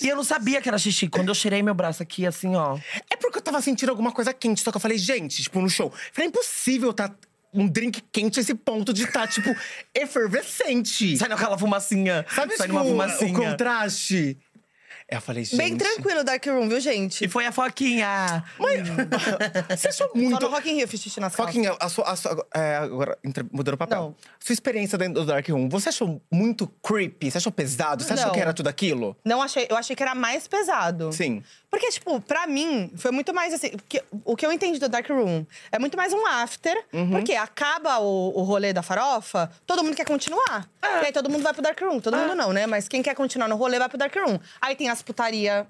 S3: E eu não sabia que era xixi. Quando eu cheirei meu braço aqui, assim, ó.
S2: É porque eu tava sentindo alguma coisa quente, só que eu falei, gente, tipo, no show. Falei, impossível tá um drink quente a esse ponto de tá, tipo, efervescente.
S3: Sai naquela fumacinha.
S2: Sabe,
S3: Sai
S2: tipo,
S3: numa fumacinha.
S2: o contraste? Aí É, Eu falei, gente.
S1: Bem tranquilo o Dark Room, viu, gente?
S3: E foi a foquinha.
S2: Você achou
S1: Só no
S2: muito.
S1: Rock in Rio eu fiz xixi nas calças.
S2: Foquinha, a sua. a sua- é, agora, entra- mudando o papel.
S1: Não.
S2: Sua experiência dentro do Dark Room, você achou muito creepy? Você achou pesado? Você achou
S1: Não.
S2: que era tudo aquilo?
S1: Não achei, eu achei que era mais pesado.
S2: Sim.
S1: Porque, tipo, pra mim, foi muito mais assim. porque o que eu entendi do Dark Room é muito mais um after,
S3: Uhum.
S1: porque acaba o, o rolê da farofa, todo mundo quer continuar.
S3: É.
S1: E aí todo mundo vai pro Dark Room. Todo mundo não, né? Mas quem quer continuar no rolê vai pro Dark Room. Aí tem as putaria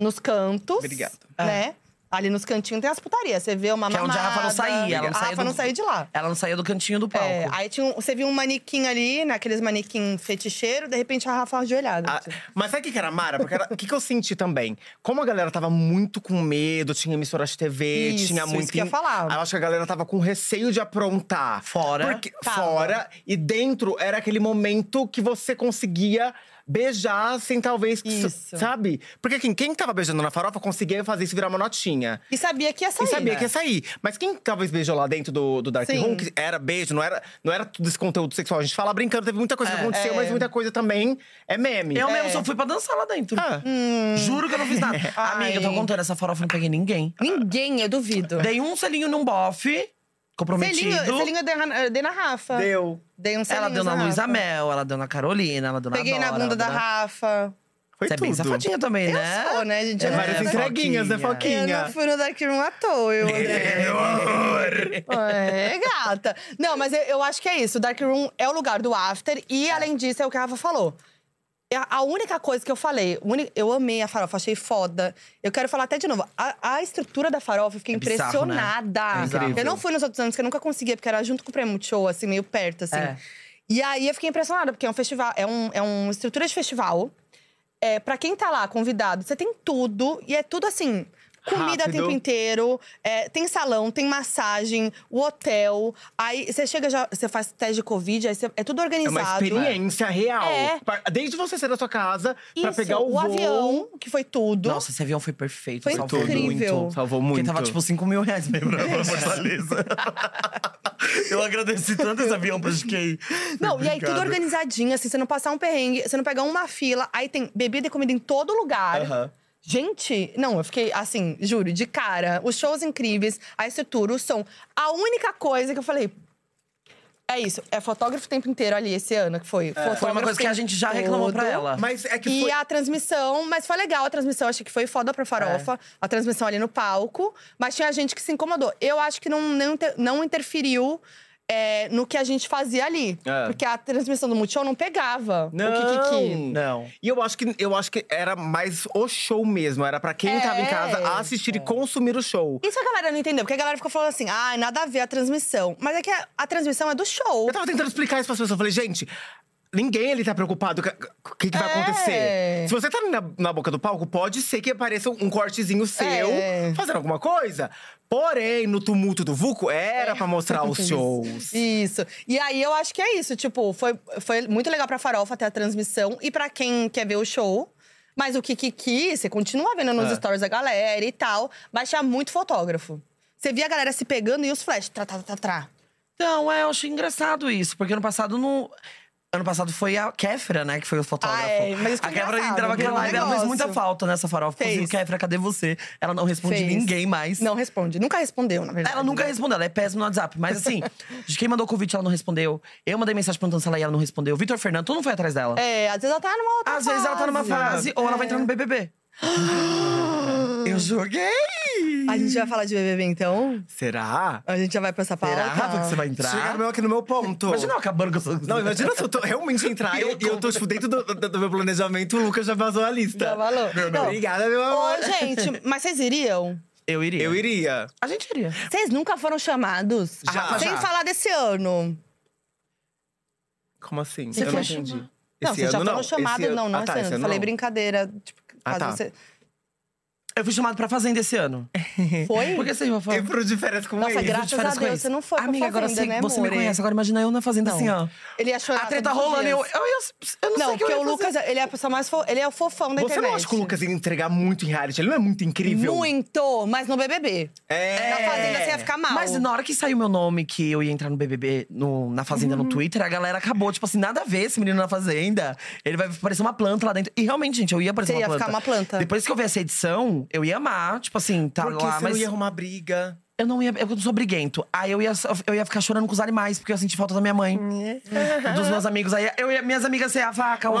S1: nos cantos.
S2: Obrigado.
S1: Né? Ali nos cantinhos tem as putaria. Você vê uma
S3: É. Que é onde a Rafa não
S1: mamada.
S3: saía, ela não
S1: a
S3: saía
S1: Rafa
S3: do-
S1: não saiu de lá.
S3: Ela não saía do cantinho do palco.
S1: É, aí tinha um- você viu um manequim ali, naqueles manequim feticheiro, de repente a Rafa ajoelhada. tipo.
S2: Ah, mas sabe o que que era Mara? Porque era- o que, que eu senti também? Como a galera tava muito com medo, tinha emissora de TV,
S1: Isso,
S2: tinha
S1: isso
S2: muito.
S1: que eu ia falar.
S2: Aí Eu acho que a galera tava com receio de aprontar.
S3: Fora.
S2: Porque-
S1: Tava.
S2: fora. E dentro era aquele momento que você conseguia beijar sem talvez. que isso-
S1: Isso.
S2: Sabe? Porque quem, quem tava beijando na farofa conseguia fazer isso virar uma notinha.
S1: E sabia que ia sair.
S2: E sabia
S1: né?
S2: que ia sair. Mas quem talvez beijou lá dentro do, do Dark
S1: Sim.
S2: Room, que era beijo, não era, não era tudo esse conteúdo sexual. A gente fala brincando, teve muita coisa
S3: É.
S2: que aconteceu,
S1: É.
S2: mas muita coisa também é meme.
S3: Eu
S1: É.
S3: mesmo só fui pra dançar lá dentro.
S2: Ah.
S1: Hum.
S3: Juro que eu não fiz nada. Amiga, eu tô
S1: Ai.
S3: contando essa farofa, eu não peguei ninguém.
S1: Ninguém, eu duvido.
S3: Dei um selinho num bofe, comprometido.
S1: Selinho, selinho eu dei, na- eu dei na Rafa.
S2: Deu.
S1: Dei um selinho
S3: Ela deu na Luísa Mel, ela deu na Carolina, ela deu na
S1: Peguei
S3: Dora,
S1: na bunda
S3: ela
S1: da
S3: deu na-
S1: Rafa.
S2: Foi
S3: Você é bem
S2: tudo.
S3: safadinha também, né?
S1: Eu sou, né, gente?
S2: É
S1: Eu não-
S2: várias
S1: eu não-
S2: entreguinhas, né, Foquinha?
S1: Eu não fui no Dark Room à toa, eu André. É, gata. Não, mas eu, eu acho que é isso. O Dark Room é o lugar do after. E, além disso, é o que a Rafa falou. É A a única coisa que eu falei, o único- eu amei a farofa, achei foda. Eu quero falar até de novo. A, a estrutura da farofa, eu fiquei
S3: É bizarro, né?
S1: impressionada.
S3: É bizarro.
S1: eu não fui nos outros anos, que eu nunca conseguia, porque era junto com o Prêmio Show, assim, meio perto, assim.
S3: É.
S1: E aí eu fiquei impressionada, porque é um festival, é um, é uma estrutura de festival. É, para quem tá lá, convidado, você tem tudo, e é tudo assim. Comida o
S2: Rápido.
S1: tempo inteiro, é, tem salão, tem massagem, o hotel. Aí você chega, já, você faz teste de Covid, aí você- é tudo
S2: É uma
S1: organizado.
S2: experiência real.
S1: É.
S2: Pa- Desde você sair da sua casa pra
S1: Isso,
S2: pegar o, voo.
S1: avião, que foi tudo.
S3: Nossa, esse avião foi perfeito.
S1: Foi
S3: salvou
S1: incrível.
S3: muito.
S2: Salvou
S3: Porque
S2: muito.
S3: tava tipo 5 mil reais mesmo pra Fortaleza. Eu agradeci tanto esse avião pra GK.
S1: Não, e aí tudo
S3: Obrigado.
S1: organizadinho, assim, você não passar um perrengue, você não pegar uma fila, aí tem bebida e comida em todo lugar.
S3: Aham.
S1: Gente, não, eu fiquei assim, juro, de cara. Os shows incríveis, a estrutura, o som. A única coisa que eu falei. É isso, é fotógrafo o tempo inteiro ali esse ano, que foi. fotógrafo
S3: É, Foi uma coisa que a
S1: o tempo
S3: gente já reclamou pra
S1: todo.
S3: ela.
S2: Mas é que
S1: E
S2: foi.
S1: a transmissão, mas foi legal a transmissão, achei que foi foda pra
S3: É.
S1: farofa, a transmissão ali no palco, mas tinha gente que se incomodou. Eu acho que não, não, inter- não interferiu é, no que a gente fazia ali.
S2: É.
S1: Porque a transmissão do Multishow não pegava o Kikiki.
S2: Não.
S3: Não.
S2: E eu acho que eu acho que era mais o show mesmo. Era pra quem
S1: É.
S2: tava em casa assistir e consumir o show.
S1: Isso a galera não entendeu, porque a galera ficou falando assim, ah, nada a ver a transmissão. Mas é que a, a transmissão é do show.
S2: Eu tava tentando explicar isso pras pessoas. Eu falei, gente, ninguém ali tá preocupado com o que, que vai
S1: É.
S2: acontecer. Se você tá ali na, na boca do palco, pode ser que apareça um cortezinho seu
S1: É.
S2: fazendo alguma coisa. Porém, no tumulto do Vuco, era pra mostrar os shows.
S1: Isso. E aí eu acho que é isso. Tipo, foi, foi muito legal pra farofa ter a transmissão e pra quem quer ver o show. Mas o Kikiki, você continua vendo nos
S2: É.
S1: stories da galera e tal, mas tinha muito fotógrafo. Você via a galera se pegando e os flash, tra, tra, tra, tra.
S3: Então, é, eu achei engraçado isso, porque ano passado não. Ano passado foi a Kéfera, né? Que foi o fotógrafo.
S1: Ah, é, mas isso
S3: a
S1: foi
S3: Kéfera
S1: engraçado,
S3: entrava aqui
S1: virou um
S3: live, ela fez
S1: negócio.
S3: muita falta nessa farofa.
S1: Fez.
S3: Inclusive, Kéfera, cadê você? Ela não responde
S1: Fez.
S3: ninguém mais.
S1: Não responde. Nunca respondeu, na verdade. né?
S3: Ela nunca respondeu, ela é péssima no WhatsApp. Mas assim, de quem mandou o convite, ela não respondeu. Eu mandei mensagem perguntando se ela ia, ela não respondeu. Vitor Fernando, tu não foi atrás dela.
S1: É, às vezes ela tá numa outra
S3: Às vezes ela tá numa fase, ou ela vai entrar no BBB. Eu joguei!
S1: A gente vai falar de BBB, então?
S2: Será?
S1: A gente já vai pra essa pauta?
S3: Será que você vai entrar?
S2: Chegaram aqui no meu ponto.
S3: Imagina eu acabando com essa.
S2: Não, imagina se eu tô realmente entrar e eu, e eu tô, tipo, dentro do, do- do meu planejamento, o Lucas já vazou a lista.
S1: Já falou. Não.
S2: Obrigada, meu amor.
S1: Ô, gente, mas vocês iriam?
S3: Eu iria.
S2: Eu iria.
S3: A gente iria.
S1: Vocês nunca foram chamados?
S2: Já,
S1: Ah, Sem
S2: já.
S1: falar desse ano.
S2: Como assim?
S1: Você
S2: eu
S1: foi
S2: não
S1: chamado.
S2: entendi.
S1: Não,
S2: Esse
S1: vocês já
S2: ano,
S1: foram
S2: não.
S1: chamados.
S2: Esse ano-
S1: Não, não
S2: ah, tá,
S1: esse ano.
S2: esse ano
S1: Falei
S2: não.
S1: brincadeira. Tipo,
S2: Ah,
S1: caso
S2: tá.
S1: você.
S3: Eu fui chamado pra Fazenda esse ano. assim,
S1: Foi?
S3: Por que você foi?
S2: Eu fui de férias com
S1: Nossa, é
S2: ele.
S1: graças
S3: de férias
S1: a
S3: com
S1: Deus,
S3: eles.
S1: você não foi pra
S3: Amiga, agora
S1: Fazenda,
S3: você,
S1: né,
S3: você me
S1: amore?
S3: conhece. Agora imagina eu na Fazenda
S1: Não.
S3: assim, ó.
S1: Ele ia chorar.
S3: A treta
S1: todos os
S3: rolando e eu, eu,
S1: dias.
S3: eu, eu não,
S1: Não,
S3: sei o que eu
S1: porque o
S3: ia fazer.
S1: Lucas, ele é a pessoa mais fo... Ele é o fofão da
S2: Você
S1: internet.
S2: não acha que o Lucas ia entregar muito em reality? Ele não é muito incrível?
S1: Muito, mas no BBB.
S2: É.
S1: Na Fazenda você assim ia ficar mal.
S3: Mas na hora que saiu meu nome, que eu ia entrar no BBB, no- na Fazenda,
S1: Uhum.
S3: no Twitter, a galera acabou. Tipo assim, nada a ver esse menino na Fazenda. Ele vai parecer uma planta lá dentro. E realmente, gente, eu ia parecer
S1: Você
S3: uma
S1: ia
S3: planta.
S1: ficar uma planta.
S3: Depois que eu ver essa edição, eu ia amar. Tipo assim, tá
S2: Porque
S3: lá,
S2: você
S3: mas
S2: não ia arrumar briga.
S3: eu não ia. Eu não sou briguento. Aí eu ia, eu ia ficar chorando com os animais, porque eu senti falta da minha mãe. dos meus amigos. Aí eu ia, minhas amigas iam ser a vaca, a
S2: Uma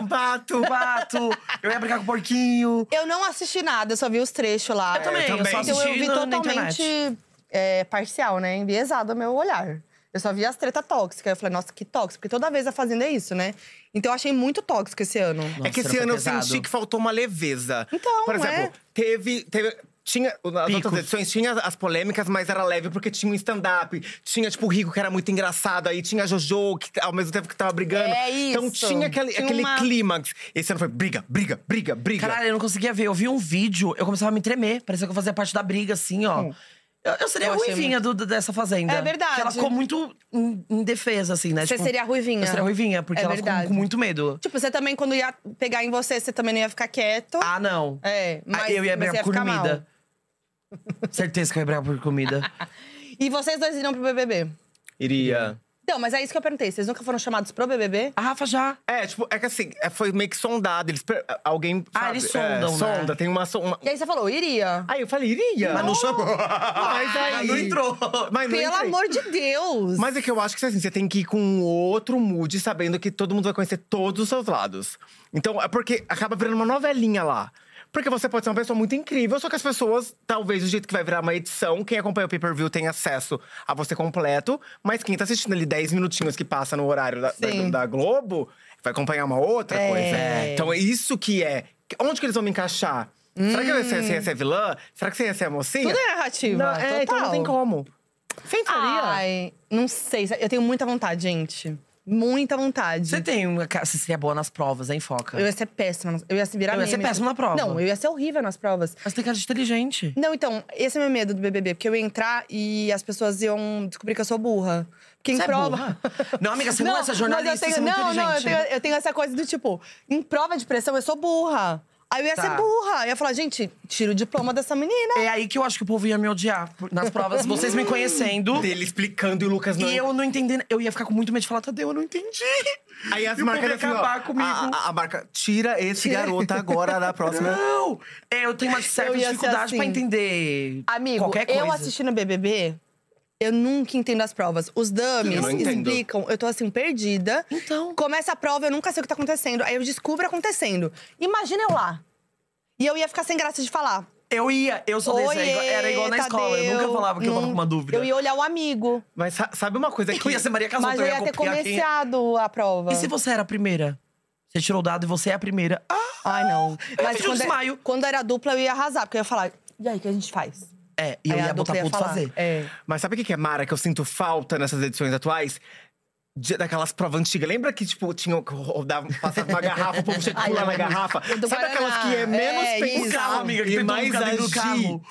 S2: bata, um pato.
S3: o pato. Eu ia brincar com o porquinho.
S1: Eu não assisti nada, eu só vi os trechos lá.
S3: Eu também,
S2: eu
S3: eu só
S2: também.
S3: assisti
S1: Então eu vi
S3: na, na
S1: totalmente
S3: internet.
S1: é, parcial, né? Enviesado o meu olhar. Eu só vi as treta tóxicas. Eu falei, nossa, que tóxico. Porque toda vez a Fazenda é isso, né? Então eu achei muito tóxico esse ano.
S2: é que
S3: Nossa,
S2: esse
S3: era
S2: ano eu
S3: pesado.
S2: senti que faltou uma leveza.
S1: Então,
S2: Por exemplo,
S1: é.
S2: teve. teve tinha, nas
S3: Picos.
S2: outras edições tinha as polêmicas, mas era leve porque tinha um stand-up. Tinha, tipo, o Rico, que era muito engraçado. Aí tinha a Jojo, que ao mesmo tempo que tava brigando.
S1: É
S2: Então
S1: isso.
S2: tinha aquele,
S1: Tinha
S2: aquele
S1: uma-
S2: clímax. Esse ano foi briga, briga, briga, briga.
S3: Caralho, eu não conseguia ver. Eu vi um vídeo, eu começava a me tremer. Parecia que eu fazia parte da briga, assim, ó. Eu, eu seria
S1: Hum. Eu
S3: a
S1: achei
S3: ruivinha do- dessa fazenda.
S1: É verdade.
S3: Porque ela ficou muito in- indefesa, assim, né?
S1: Você
S3: Tipo,
S1: seria a ruivinha.
S3: Eu seria a ruivinha, porque
S1: É
S3: ela
S1: verdade.
S3: ficou com muito medo.
S1: Tipo, você também, quando ia pegar em você, você também não ia ficar quieto.
S3: Ah, não.
S1: É, mas
S3: Ah, eu ia
S1: mas você
S3: brigar por
S1: ficar
S3: comida.
S1: mal.
S3: Certeza que eu ia brigar por comida.
S1: E vocês dois iriam pro BBB?
S2: Iria.
S1: Então, mas é isso que eu perguntei. Vocês nunca foram chamados pro BBB?
S3: A Rafa já.
S2: É, tipo, é que assim, é, foi meio que sondado. Eles, per- alguém.
S3: Ah,
S2: sabe,
S3: eles
S2: é,
S3: sondam, né?
S2: Sonda, tem uma, so- uma-
S1: E aí você falou, iria.
S2: Aí eu falei, iria.
S3: Mas não chamou.
S2: Mas aí.
S3: Mas não entrou.
S2: Mas não
S1: Pelo
S2: entrei.
S1: amor de Deus!
S2: Mas é que eu acho que assim, você tem que ir com outro mood, sabendo que todo mundo vai conhecer todos os seus lados. Então, é porque acaba virando uma novelinha lá. Porque você pode ser uma pessoa muito incrível, só que as pessoas, talvez, do jeito que vai virar uma edição, quem acompanha o pay-per-view tem acesso a você completo, mas quem tá assistindo ali 10 minutinhos que passa no horário da, da-
S1: Sim.
S2: da Globo, vai acompanhar uma outra
S1: É.
S2: coisa. Então é isso que é. Onde que eles vão me encaixar? Será que você, você ia ser vilã? Será que você ia ser a mocinha?
S1: Hum. Tudo é narrativa.
S2: Não, é, então não
S1: total.
S2: tem como. Você entraria?
S1: Ai, não sei. Eu tenho muita vontade, gente. Muita vontade.
S3: Você tem uma. ca- Você seria boa nas provas, hein, Foca?
S1: Eu ia ser péssima. nas- Eu ia se virar
S3: Eu ia ser
S1: meme.
S3: péssima na prova.
S1: Não, eu ia ser horrível nas provas.
S3: Mas tem cara de inteligente.
S1: Não, então, esse é o meu medo do BBB. Porque eu ia entrar e as pessoas iam descobrir que eu sou burra. Porque em
S3: Você é
S1: prova…
S3: burra? Não, amiga, você não, é essa jornalista,
S1: mas eu
S3: você é
S1: tenho,
S3: muito
S1: Não, não, eu
S3: inteligente.
S1: tenho, eu tenho essa coisa do tipo… Em prova de pressão, eu sou burra. Aí eu ia
S3: Tá.
S1: ser burra. Eu ia falar, gente, tira o diploma dessa menina.
S3: É aí que eu acho que o povo ia me odiar por- nas provas. Vocês me conhecendo.
S2: Dele explicando e o Lucas não.
S3: E eu não entendendo. Eu ia ficar com muito medo de falar, Tadeu, eu não entendi.
S2: Aí as
S3: E o povo
S2: marcas
S3: ia
S2: assim, ó,
S3: acabar comigo.
S2: A, a- a marca, tira esse garoto agora da próxima.
S3: Não! É, eu tenho uma certa
S1: Eu ia ser
S3: dificuldade pra
S1: assim.
S3: entender
S1: Amigo,
S3: qualquer coisa.
S1: eu assistindo BBB, eu nunca entendo as provas. Os
S2: Eu
S1: dummies
S2: não entendo.
S1: explicam, eu tô assim, perdida.
S3: Então.
S1: Começa a prova, eu nunca sei o que tá acontecendo. Aí eu descubro acontecendo. Imagina eu lá. E eu ia ficar sem graça de falar.
S3: Eu ia, eu sou desse.
S1: Oiê,
S3: era igual- era igual na escola. Eu
S1: Tadeu.
S3: nunca falava que eu tava com uma
S1: Nun-
S3: dúvida.
S1: Eu ia olhar o amigo.
S2: Mas sa- sabe uma coisa que.
S3: Eu tá ia ser Maria Casal,
S1: mas eu ia ter
S3: copiar quem- é.
S1: começado a prova.
S3: E se você era a primeira? Você tirou o dado e você é a primeira. Ah,
S1: Ai, não. Mas
S3: fiz um
S1: quando, é
S3: desmaio.
S1: quando era dupla, eu ia arrasar. Porque eu ia falar, e aí, o que a gente faz?
S3: é. E eu
S1: Aí a
S3: ia botar
S1: dupla
S3: ponto
S1: falar.
S3: fazer.
S1: É.
S2: Mas sabe o que que é Mara que eu sinto falta nessas edições atuais? De- daquelas provas antigas. Lembra que, tipo, tinha, que rodava, passava uma garrafa, o povo tinha que
S1: Ai,
S2: pular na
S1: eu-
S2: garrafa?
S1: do
S2: Sabe aquelas
S1: Guaraná.
S2: que é menos
S1: É, isso.
S2: pensar
S3: Carro, amiga, que
S2: e
S3: tem todo mundo
S2: mais
S3: ficar dentro do
S2: agir?
S3: carro.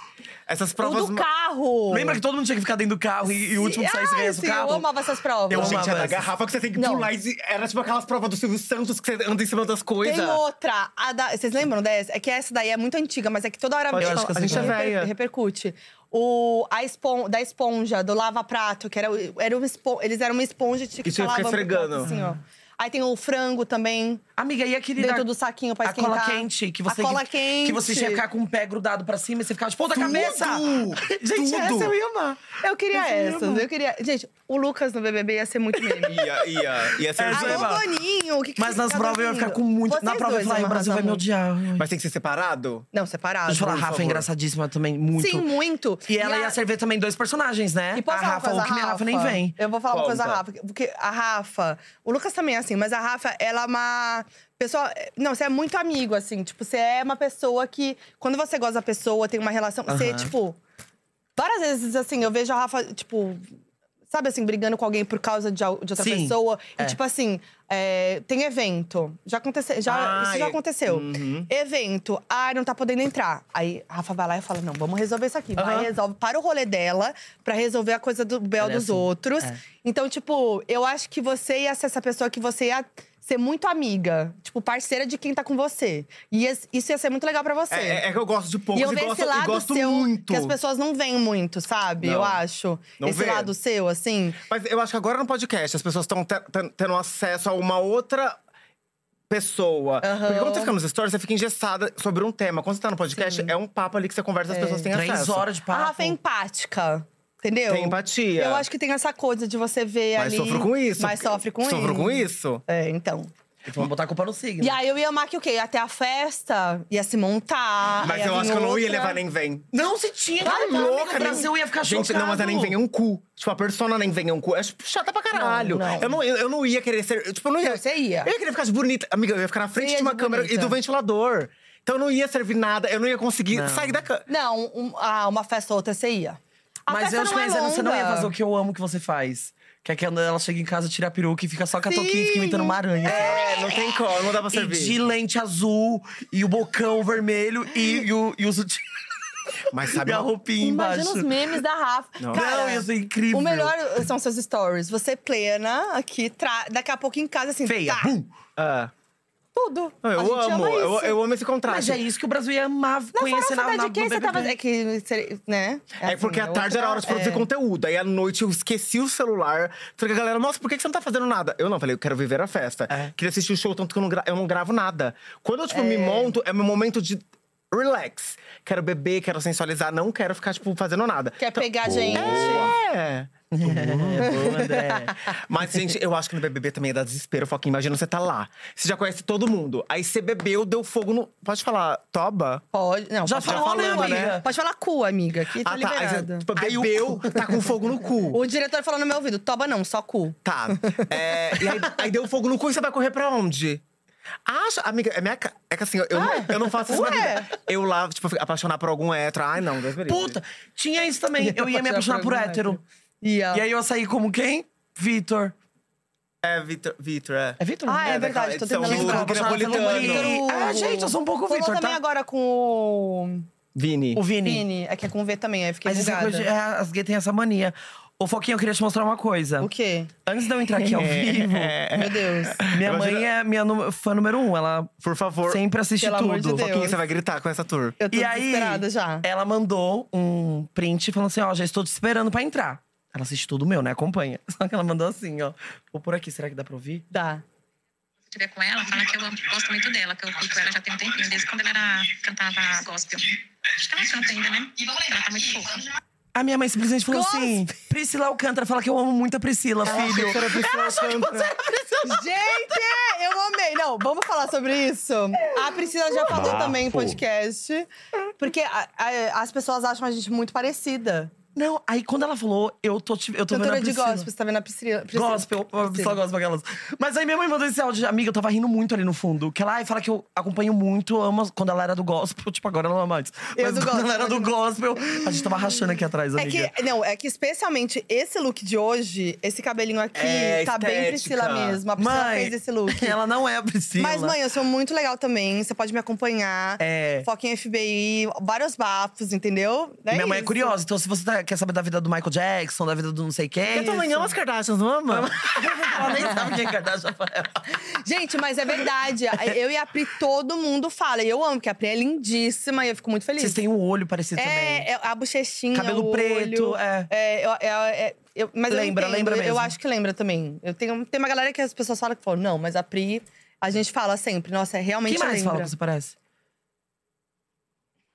S2: Essas
S1: O
S2: provas…
S1: do carro!
S3: Lembra que todo mundo tinha que ficar dentro do carro e, e o último que saísse
S1: Ai,
S3: ganhasse o
S1: sim,
S3: carro?
S1: Eu amava essas provas.
S3: Eu
S2: Gente,
S3: amava
S2: é da
S3: essas.
S2: garrafa que você tem que
S1: Não.
S2: pular. E, era tipo aquelas provas do Silvio Santos que você anda em cima das coisas.
S1: Tem outra. a da- vocês lembram dessa? É que essa daí é muito antiga, mas é que toda hora
S2: Pode
S1: eu-
S2: falar, a gente é velha.
S1: repercute. O, a espon, da esponja, do lava-prato, que era, o- era uma espon, eles eram uma esponja tinha que
S2: E tinha que
S1: falava
S2: ficar esfregando.
S1: assim, ó. Aí tem o frango também,
S3: Amiga, e aquele
S1: dentro
S3: da-
S1: do saquinho pra
S3: a
S1: esquentar.
S3: cola quente, que você
S1: A cola
S3: que,
S1: quente.
S3: que você tinha que ficar com o pé grudado pra cima e você ficava de ponta
S2: Tudo!
S3: cabeça. Gente,
S2: Tudo!
S3: essa eu ia amar.
S1: Eu queria
S3: Esse eu ia
S1: essas,
S3: amar.
S1: eu queria… Gente, o Lucas no BBB ia ser muito meme.
S2: Ia, ia, ia ser
S3: É,
S2: um
S3: Essa eu ia
S1: Alô,
S2: drama.
S3: amar.
S1: Boninho, o que que
S3: Mas
S1: você
S3: nas
S1: tá
S3: provas eu ia ficar
S1: dormindo?
S3: com muito.
S1: Vocês
S3: na prova eu ia
S1: dois
S3: falar, "Ai, o
S1: iam
S3: Brasil vai
S1: arrasar
S3: me
S1: muito."
S3: odiar. Mas,
S2: Mas tem que ser separado?
S1: Não, separado.
S3: Deixa eu falar, a
S2: por
S3: Rafa é
S2: favor.
S3: engraçadíssima também, muito.
S1: Sim, muito.
S3: E ela
S1: a-
S3: ia servir também dois personagens, né?
S1: E posso
S3: a
S1: falar
S3: Rafa,
S1: uma
S3: ou
S1: coisa,
S3: que minha Rafa nem vem.
S1: Eu vou falar uma coisa da
S2: Conta.
S1: Rafa. Porque a Rafa… O Lucas também é assim, mas a Rafa, ela é uma pessoa… Não, você é muito amigo, assim. Tipo, você é uma pessoa que… Quando você gosta da pessoa, tem uma relação… Você,
S3: Aham.
S1: tipo… Várias vezes, assim, eu vejo a Rafa, tipo… Sabe assim, brigando com alguém por causa de, al- de outra
S3: Sim,
S1: pessoa. E
S3: é.
S1: tipo assim, é, tem evento. Já aconteceu. Já,
S2: Ah,
S1: isso já
S2: é.
S1: aconteceu.
S3: Hum.
S1: Evento. Ai, não tá podendo entrar. Aí a Rafa vai lá e fala: não, vamos resolver isso aqui. Vai,
S3: Aham.
S1: resolve para o rolê dela, pra resolver a coisa do Bel
S3: Ela é
S1: dos
S2: um-
S3: assim,
S1: outros.
S3: é.
S1: Então, tipo, eu acho que você ia ser essa pessoa que você ia ser muito amiga. Tipo, parceira de quem tá com você. E ia- isso ia ser muito legal pra você.
S2: É, é- é que eu gosto de poucos
S1: E
S2: e,
S1: eu vejo
S2: gosto,
S1: esse
S2: e
S1: lado
S2: gosto
S1: seu
S2: muito.
S1: que as pessoas não veem muito, sabe?
S2: Não.
S1: Eu acho.
S2: Não
S1: esse
S2: vê.
S1: lado seu, assim.
S2: Mas eu acho que agora no podcast as pessoas estão tendo acesso a uma outra pessoa.
S1: Aham.
S2: Porque quando você fica nos stories, você fica engessada sobre um tema. Quando você tá no podcast, é um papo ali que você conversa, as pessoas têm
S3: Três
S2: acesso.
S3: horas de papo.
S1: A Rafa é empática, entendeu?
S2: Tem empatia.
S1: Eu acho que tem essa coisa de você ver
S2: Mas
S1: ali…
S2: sofro com isso.
S1: Mas sofre com isso.
S2: Sofro com isso.
S1: É, então.
S3: Então Vamos botar a culpa no signo.
S1: E aí eu ia amar que o quê? Ia até a festa, ia se montar.
S2: Mas
S1: ia
S2: eu
S1: vir
S2: acho que eu não ia
S1: Ah, é outra.
S2: levar nem vem.
S3: Não, você tinha que
S1: Vai,
S3: amiga,
S1: Tá louca,
S3: o
S1: nem-
S3: Brasil ia ficar
S2: Gente,
S3: chocado.
S2: não, mas a nem vem é um cu. Tipo, a persona nem vem é um cu. É tipo, chata pra caralho.
S1: Não, não.
S2: Eu, não, eu, eu não ia querer ser. eu, Tipo, eu não ia.
S1: Não, você ia.
S2: Eu ia querer ficar de bonita. Amiga, eu ia ficar na frente
S1: ia
S2: de uma
S1: de
S2: câmera e
S1: bonita.
S2: do ventilador. Então eu não ia servir nada, eu não ia conseguir
S3: Não.
S2: sair da câmera.
S1: Não, um- ah, uma festa ou outra você ia. A
S3: Mas
S1: festa
S3: eu te
S1: não é
S3: conhecendo, você não ia
S1: longa.
S3: fazer o que eu amo que você faz. Que é que ela chega em casa, tira a peruca e fica só com a
S1: Sim.
S3: touquinha e fica imitando uma aranha. assim.
S2: É, não tem como, não dá pra
S3: E
S2: servir.
S3: de lente azul, e o bocão vermelho, e, e o, e o sutiã,
S2: Mas
S3: e
S2: sabe,
S3: a roupinha
S1: Imagina
S3: embaixo.
S1: os memes da Rafa.
S2: Não.
S1: Cara,
S3: Não, isso é incrível.
S1: O melhor são seus stories. Você plena aqui, tra- daqui a pouco em casa, assim,
S3: Feia,
S1: tá,
S3: bum.
S2: Ah,
S1: tudo.
S2: não,
S1: a
S2: eu
S1: gente
S2: amo,
S1: ama isso.
S2: eu, eu amo esse contraste.
S3: Mas é isso que o Brasil ia amar
S1: Não, farofa
S3: conhecer na,
S1: da
S3: na
S1: de quem
S3: do
S1: você
S3: BBB.
S1: tava… É que, seria- né?
S2: É porque
S1: assim,
S2: à tarde
S1: outra-
S2: era a hora de produzir
S1: é.
S2: conteúdo. Aí à noite eu esqueci o celular. Falei com a galera, nossa, por que que você não tá fazendo nada? Eu não, falei, eu quero viver a festa.
S3: É.
S2: Queria assistir o show, tanto que eu não, gra- eu não gravo nada. Quando eu, tipo, me monto, é meu momento de relax. Quero beber, quero sensualizar, não quero ficar, tipo, fazendo nada.
S1: Quer pegar gente.
S2: É!
S3: É, boa, André.
S2: Mas, gente, eu acho que no BBB também é dar desespero. Foca, imagina você tá lá. Você já conhece todo mundo. Aí você bebeu, deu fogo no. Pode falar, toba?
S1: Pode. Não,
S3: Já
S1: pode
S3: falou,
S1: falar
S3: né,
S1: cu,
S3: amiga?
S1: Pode falar cu, amiga, que tá,
S2: Aí
S1: liberada.
S2: você tipo,
S3: Aí o
S2: bebeu, tá com fogo no cu.
S1: O diretor falou no meu ouvido, toba não, só cu.
S2: Tá. É, e aí, aí deu fogo no cu e você vai correr pra onde? Acha, amiga, é, minha, ca- é que assim, eu, eu, não, eu não faço isso na
S1: Ué?
S2: vida. Eu lá, tipo, apaixonar por algum hétero. Ai, não, Deus me livre.
S3: Puta, tinha isso também. Eu ia me apaixonar por hétero.
S1: Ia.
S3: E aí eu saí como quem? Vitor.
S2: É, Vitor, Vitor, é.
S3: É Vitor?
S1: Ah, é,
S2: É,
S1: verdade,
S2: daquela
S1: tô
S2: edição
S1: tentando
S2: do
S1: lembrar.
S2: Grupo Napolitano.
S1: Ícaro-
S3: Ah, gente, eu sou um pouco o
S1: Rolou
S3: Vitor,
S1: também
S3: tá?
S1: agora com
S2: Vini.
S3: O Vini.
S1: o Vini. É que é com V também, aí fiquei
S3: Mas essa
S1: bugada.
S3: coisa de- é, as gays têm essa mania. Ô, Foquinha, eu queria te mostrar uma coisa.
S1: O quê?
S3: Antes de eu entrar aqui ao
S2: É,
S1: É.
S3: vivo,
S1: Meu Deus.
S3: minha
S2: Imagina-
S3: mãe é minha nu- fã número um. Ela
S2: Por favor,
S3: sempre assiste
S1: Pelo amor de
S3: tudo.
S1: Deus.
S2: Foquinha, você vai gritar com essa tour.
S1: Eu tô
S3: E aí- É.
S1: desesperada já.
S3: Ela mandou um print falando assim: ó, já estou te esperando pra entrar. Ela assiste tudo meu, né? Acompanha. Só que ela mandou assim, ó. Vou por aqui, será que dá pra ouvir?
S1: Dá.
S4: tiver com ela, fala que eu amo- gosto muito dela, que eu fico com ela já tem um tempinho, desde quando ela era, cantava gospel. Acho que ela canta ainda, né? Ela tá muito fofa.
S3: A minha mãe simplesmente falou
S1: Gospel.
S3: assim: Priscila Alcântara, fala que eu amo muito a Priscila, filho.
S1: Gente, eu amei. Não, vamos falar sobre isso? A Priscila já falou
S5: Bafo.
S1: também em podcast. Porque a- a- as pessoas acham a gente muito parecida.
S3: Não, aí quando ela falou, eu tô, te- eu tô vendo a
S1: Cantora de
S3: Priscila.
S1: gospel, você tá vendo a Priscila? Priscila.
S3: Gospel, eu só gospel aquelas. Mas aí minha mãe mandou esse áudio, amiga, eu tava rindo muito ali no fundo. Que ela ai, fala que eu acompanho muito, amo quando ela era do gospel. Tipo, agora ela ama antes.
S1: Eu
S3: Mas
S1: do
S3: quando ela
S1: gospel,
S3: era do
S1: eu do
S3: gospel, a gente tava rachando aqui atrás,
S1: É
S3: amiga.
S1: que, não, é que especialmente esse look de hoje, esse cabelinho aqui,
S2: É,
S1: tá bem
S2: estética.
S1: Priscila mesmo. A Priscila
S3: Mãe,
S1: fez esse look.
S3: ela não é a Priscila.
S1: Mas, mãe, eu sou muito legal também. Você pode me acompanhar.
S3: É.
S1: Foca em FBI, vários bafos, entendeu?
S3: E minha mãe é
S1: isso.
S3: curiosa, então se você tá- quer saber da vida do Michael Jackson, da vida do não sei quem.
S2: Eu também amo as Kardashians, não ama?
S3: ela nem sabe quem é Kardashian pra ela.
S1: Gente, mas é verdade. Eu e a Pri, todo mundo fala. E eu amo, porque a Pri é lindíssima e eu fico muito feliz.
S3: Vocês têm um olho parecido também.
S1: é, é a bochechinha,
S3: Cabelo
S1: o
S3: preto,
S1: olho.
S3: é.
S1: É, eu- é- é- eu- mas
S3: Lembra,
S1: eu entendo,
S3: lembra
S1: eu- Eu
S3: mesmo.
S1: acho que lembra também. Eu tenho, tem uma galera que as pessoas falam que falam, não, mas a Pri, a gente fala sempre, nossa, é realmente
S3: Quem mais
S1: lembra.
S3: fala que você parece?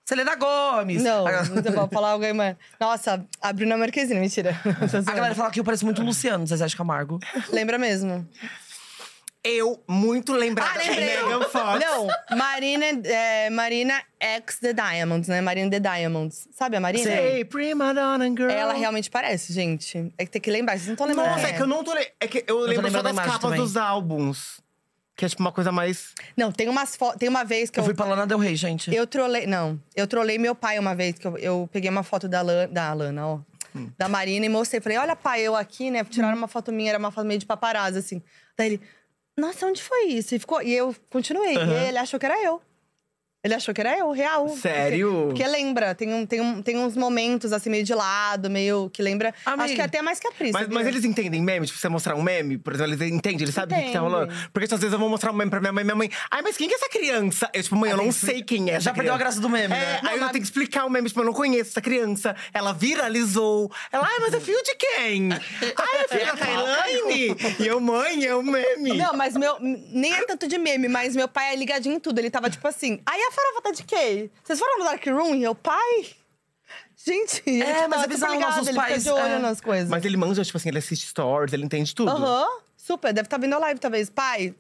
S3: Selena Gomes!
S1: Não,
S3: A-
S1: não vou falar alguém, mas. Nossa, a Bruna Marquezine, mentira. Tô zoando.
S3: A galera fala que eu pareço muito o Luciano, Zezé de Camargo.
S1: Lembra mesmo.
S2: Eu, muito lembrada.
S1: Ah, lembrei.
S2: Megan Fox.
S1: Não, Marina, é, Marina X The Diamonds, né? Marina The Diamonds. Sabe a Marina?
S2: Sei, prima donna girl.
S1: Ela realmente parece, gente. É que tem que lembrar, vocês não estão lembrando.
S2: Nossa, é. que eu não tô. le- É que eu lembro só
S3: lembrando a
S2: das
S3: imagem
S2: capas
S3: também.
S2: dos álbuns. Que é tipo uma coisa mais.
S1: Não, tem umas fotos. Tem uma vez que
S3: Eu
S1: eu.
S3: fui pra Lana Del Rey, gente.
S1: Eu trolei. Não, eu trolei meu pai uma vez, que eu, eu peguei uma foto da, Lan, da Lana, ó.
S2: Hum.
S1: Da Marina e mostrei. Falei, olha, pai, eu aqui, né? Tiraram uma foto minha, era uma foto meio de paparazzi, assim. Daí ele, nossa, onde foi isso? E, ficou, e eu continuei. E ele achou que era eu. Ele achou que era eu, real.
S2: Sério?
S1: Porque, porque lembra, tem, um, tem, um, tem uns momentos assim, meio de lado, meio que lembra.
S3: Amiga.
S1: Acho que até mais que a Pris.
S3: é
S2: Mas,
S1: sabia?
S2: mas eles entendem meme? Tipo, você mostrar um meme, por exemplo, eles entendem, eles sabem o que que tá
S1: Entendem.
S2: rolando. Porque às vezes eu vou mostrar um meme pra minha mãe, minha mãe. Ai, mas quem que é essa criança? Eu, tipo, mãe, eu não sei quem é.
S3: Já
S2: essa
S3: perdeu a
S2: criança.
S3: graça do meme,
S2: É,
S3: né?
S2: aí eu tenho que explicar o meme, tipo, eu não conheço essa criança. Ela viralizou. Ela, ai, mas é filho de quem? ai, é filho da Tailane? E eu, mãe, é um meme.
S1: Não, mas meu. Nem é tanto de meme, mas meu pai é ligadinho em tudo. Ele tava tipo assim. Aí a farofa tá de quê? Vocês foram no Dark Room? E eu, pai? Gente, a gente
S3: mas é
S1: tava super
S3: bizarro,
S1: ligado,
S3: nossos
S1: ele fica
S3: pais,
S1: de olho
S3: é.
S1: nas coisas.
S2: Mas ele manja, tipo assim, ele assiste stories, ele entende tudo.
S1: Aham, super. Deve estar tá vindo a live, talvez. Pai,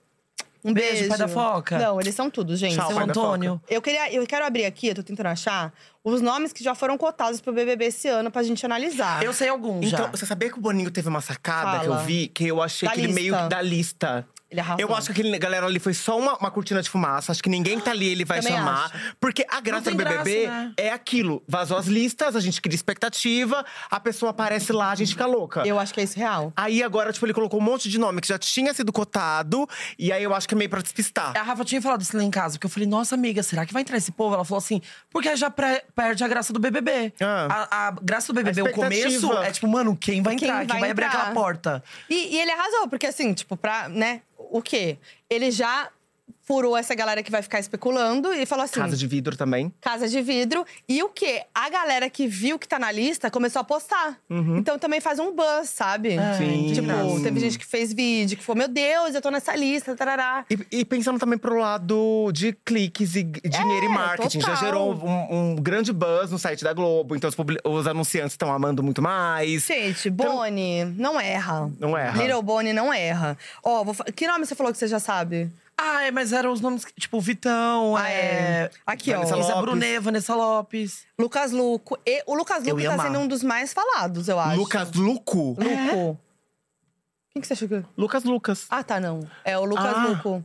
S1: um beijo.
S3: Beijo, pai da foca.
S1: Não, eles são tudo, gente.
S2: Tchau,
S1: São
S3: Seu
S2: pai da foca.
S3: Antônio.
S1: Eu, queria, eu quero abrir aqui, eu tô tentando achar, os nomes que já foram cotados pro BBB esse ano pra gente analisar.
S3: Eu sei alguns já.
S2: Então, você sabia que o Boninho teve uma sacada que eu
S1: Fala.
S2: vi? Que eu achei
S1: Da
S2: que ele meio
S1: lista.
S2: que da lista.
S1: Ele arrasou.
S2: Eu acho que aquele galera ali foi só uma, uma cortina de fumaça. Acho que ninguém que tá ali ele vai
S1: Também
S2: chamar.
S1: acho.
S2: Porque a graça do
S3: tem
S2: BBB
S3: graça, né?
S2: é aquilo. Vazou as listas, a gente cria expectativa. A pessoa aparece lá, a gente fica louca.
S1: Eu acho que é isso real.
S2: Aí agora, tipo, ele colocou um monte de nome que já tinha sido cotado. E aí eu acho que é meio pra despistar.
S3: A Rafa tinha falado isso lá em casa, porque eu falei, nossa, amiga, será que vai entrar esse povo? Ela falou assim, porque aí já pre- perde a graça do BBB.
S2: Ah.
S3: A, a graça do BBB,
S2: A
S3: o começo,
S2: expectativa.
S3: é tipo, mano, quem vai
S1: Quem
S3: entrar?
S1: vai
S3: quem vai abrir
S1: entrar?
S3: aquela porta?
S1: E, e ele arrasou, porque assim, tipo, pra, né, o quê? Ele já furou essa galera que vai ficar especulando e falou assim…
S2: Casa de vidro também.
S1: Casa de vidro. E o quê? A galera que viu que tá na lista começou a postar. Então também faz um buzz, sabe?
S2: Uhum.
S3: Ah,
S2: Sim.
S1: Tipo,
S2: Sim.
S1: teve gente que fez vídeo, que falou, meu Deus, eu tô nessa lista, tarará.
S2: E, e pensando também pro lado de cliques e g- dinheiro e marketing. Já
S1: total.
S2: gerou um, um grande buzz no site da Globo. Então os, publi- os anunciantes estão amando muito mais. Então,
S1: Gente, Boni não erra.
S2: Não erra.
S1: Little Boni não erra. Ó, vou fa- que nome você falou que você já sabe?
S3: Ah, é, mas eram os nomes, que- tipo, Vitão,
S1: Ah,
S3: é...
S1: é. Aqui, ó.
S2: Vanessa
S3: Isa
S2: Lopes.
S3: Brunet, Vanessa Lopes.
S1: Lucas Luco. E- o Lucas
S3: Eu
S1: Luco
S3: ia
S1: tá
S3: amar.
S1: sendo um dos mais falados, eu acho.
S2: Lucas Luco?
S3: É?
S1: Luco. Quem que você achou que…
S2: Lucas Lucas.
S1: Ah, tá, não. É o Lucas
S2: Ah.
S1: Luco.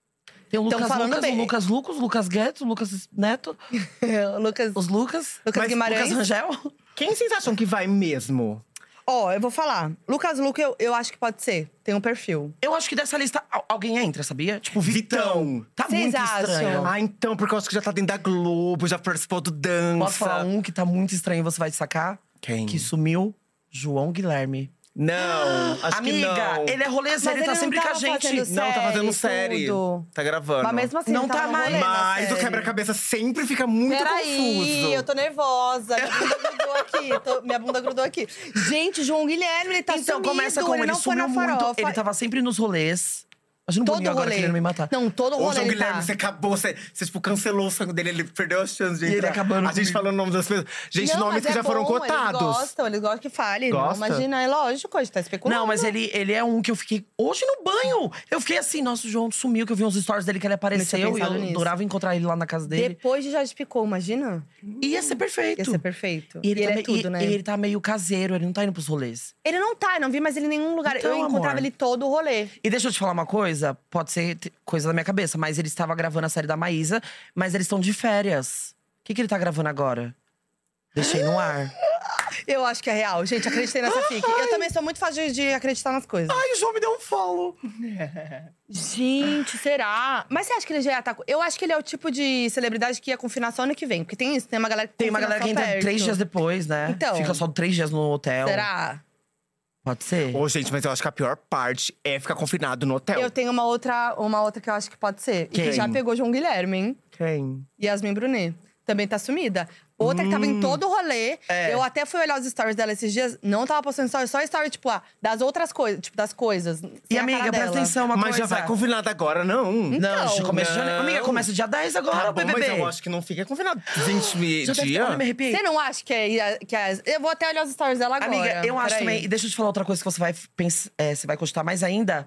S3: Tem o
S1: Tão
S3: Lucas
S1: falando
S3: Lucas,
S1: bem.
S3: o Lucas Lucas, o Lucas Gueto, o Lucas Neto,
S1: É, o Lucas…
S3: os Lucas.
S1: Lucas
S3: Mas
S1: Guimarães.
S3: Lucas Rangel.
S2: Quem vocês acham que vai mesmo?
S1: Ó, eu vou falar. Lucas Luco, eu, eu acho que pode ser. Tem um perfil.
S3: Eu acho que dessa lista al- alguém entra, sabia? Tipo, Vitão.
S2: Vitão.
S3: Tá
S1: Vocês
S3: muito
S1: acham?
S3: estranho.
S2: Ah, então, porque eu acho que já tá dentro da Globo, já participou do dança.
S3: um Posso falar um que tá muito estranho e você vai sacar?
S2: Quem?
S3: Que sumiu. João Guilherme.
S2: Não, acho que
S3: Amiga,
S2: não.
S3: ele é rolezeiro, ele tá sempre com a gente.
S2: Não, tá fazendo série.
S5: tudo.
S2: Tá gravando.
S5: Mas mesmo assim,
S3: Não
S5: ele
S3: tá
S5: no
S3: mais.
S5: rolê na
S2: Mas o
S5: série.
S2: quebra-cabeça sempre fica muito
S1: Peraí,
S2: confuso.
S1: eu tô nervosa. Minha bunda grudou aqui. tô- minha bunda grudou aqui. Gente, João Guilherme, ele tá
S3: então,
S1: sumido,
S3: começa com ele,
S1: não foi
S3: sumiu
S1: na farofa.
S3: muito. Ele tava sempre nos rolês. Imagina o
S1: Todo
S3: Boninho agora
S1: rolê.
S3: querendo me matar.
S1: Não, todo
S2: Ô,
S1: rolê
S2: João
S1: ele
S2: Guilherme,
S1: tá.
S2: você acabou, você, você, tipo, cancelou o sangue dele, ele perdeu as chances de
S3: E ele
S2: entrar.
S3: acabando
S2: A gente
S3: comigo.
S2: falando o nome das pessoas. Gente,
S1: Não,
S2: nomes
S1: mas
S2: que
S1: é
S2: já foram
S1: bom,
S2: cotados.
S1: Eles gostam, eles gostam que fale. Não,
S2: Gosta?
S1: imagina, é lógico, a gente tá especulando.
S3: Não, mas ele, ele é um que eu fiquei hoje no banho. Eu fiquei assim, nossa, o João sumiu, que eu vi uns stories dele que ele
S1: tinha
S3: apareceu. E
S1: pensado
S3: eu
S1: nisso.
S3: adorava encontrar ele lá na casa dele.
S1: Depois de Jade Picou, imagina?
S3: Ia ser perfeito.
S1: Ia ser perfeito.
S3: E ele, tá
S1: é
S3: meio-
S1: tudo,
S3: e-
S1: né?
S3: e ele tá meio caseiro, ele não tá indo pros rolês.
S1: Ele não tá, não vi mais ele em nenhum lugar.
S3: Então,
S1: eu encontrava
S3: amor.
S1: ele todo o rolê.
S3: E deixa eu te falar uma coisa, pode ser t- coisa da minha cabeça, mas ele estava gravando a série da Maísa, mas eles estão de férias. O que, que ele tá gravando agora? Deixei no ar.
S1: Eu acho que é real. Gente, acreditei nessa fic. Eu também sou muito fácil de, de acreditar nas coisas.
S3: Ai, o João me deu um follow.
S1: Gente, será? Mas você acha que ele já ia estar. co- Eu acho que ele é o tipo de celebridade que ia confinar só ano que vem. Porque tem isso, tem uma galera que
S3: Tem uma
S1: confina
S3: galera
S1: só
S3: que entra
S1: perto.
S3: três dias depois, né?
S1: Então.
S3: Fica só três dias no hotel.
S1: Será?
S3: Pode ser?
S2: Ô, gente, mas eu acho que a pior parte é ficar confinado no hotel.
S1: Eu tenho uma outra, uma outra que eu acho que pode ser. E que
S3: Quem?
S1: já pegou João Guilherme, hein?
S3: Quem?
S1: Yasmin Brunet. Também tá sumida. Outra que tava em todo o rolê.
S3: Hum. É.
S1: Eu até fui olhar os stories dela esses dias. Não tava postando stories, só story, tipo, ah, das outras coisas. Tipo, das coisas.
S3: E
S1: sem a
S3: amiga,
S1: cara
S3: presta
S1: dela.
S3: atenção, uma
S2: mas
S3: coisa.
S2: já vai confinado agora, não.
S3: Não,
S1: Então.
S3: começa já-
S2: Não.
S3: Amiga, começa dia 10 agora,
S2: Tá
S3: o
S2: bom,
S3: BBB.
S2: mas eu acho que não fica confinado
S1: Ah,
S2: 20 mi-
S3: Já deve ter- olha, me
S2: dias.
S3: arrepiei.
S1: Você não acha que é. Yas- Que é eu vou até olhar os stories dela agora.
S3: Amiga, eu acho
S1: Peraí.
S3: também. E deixa eu te falar outra coisa que você vai pensar, você vai gostar mais ainda.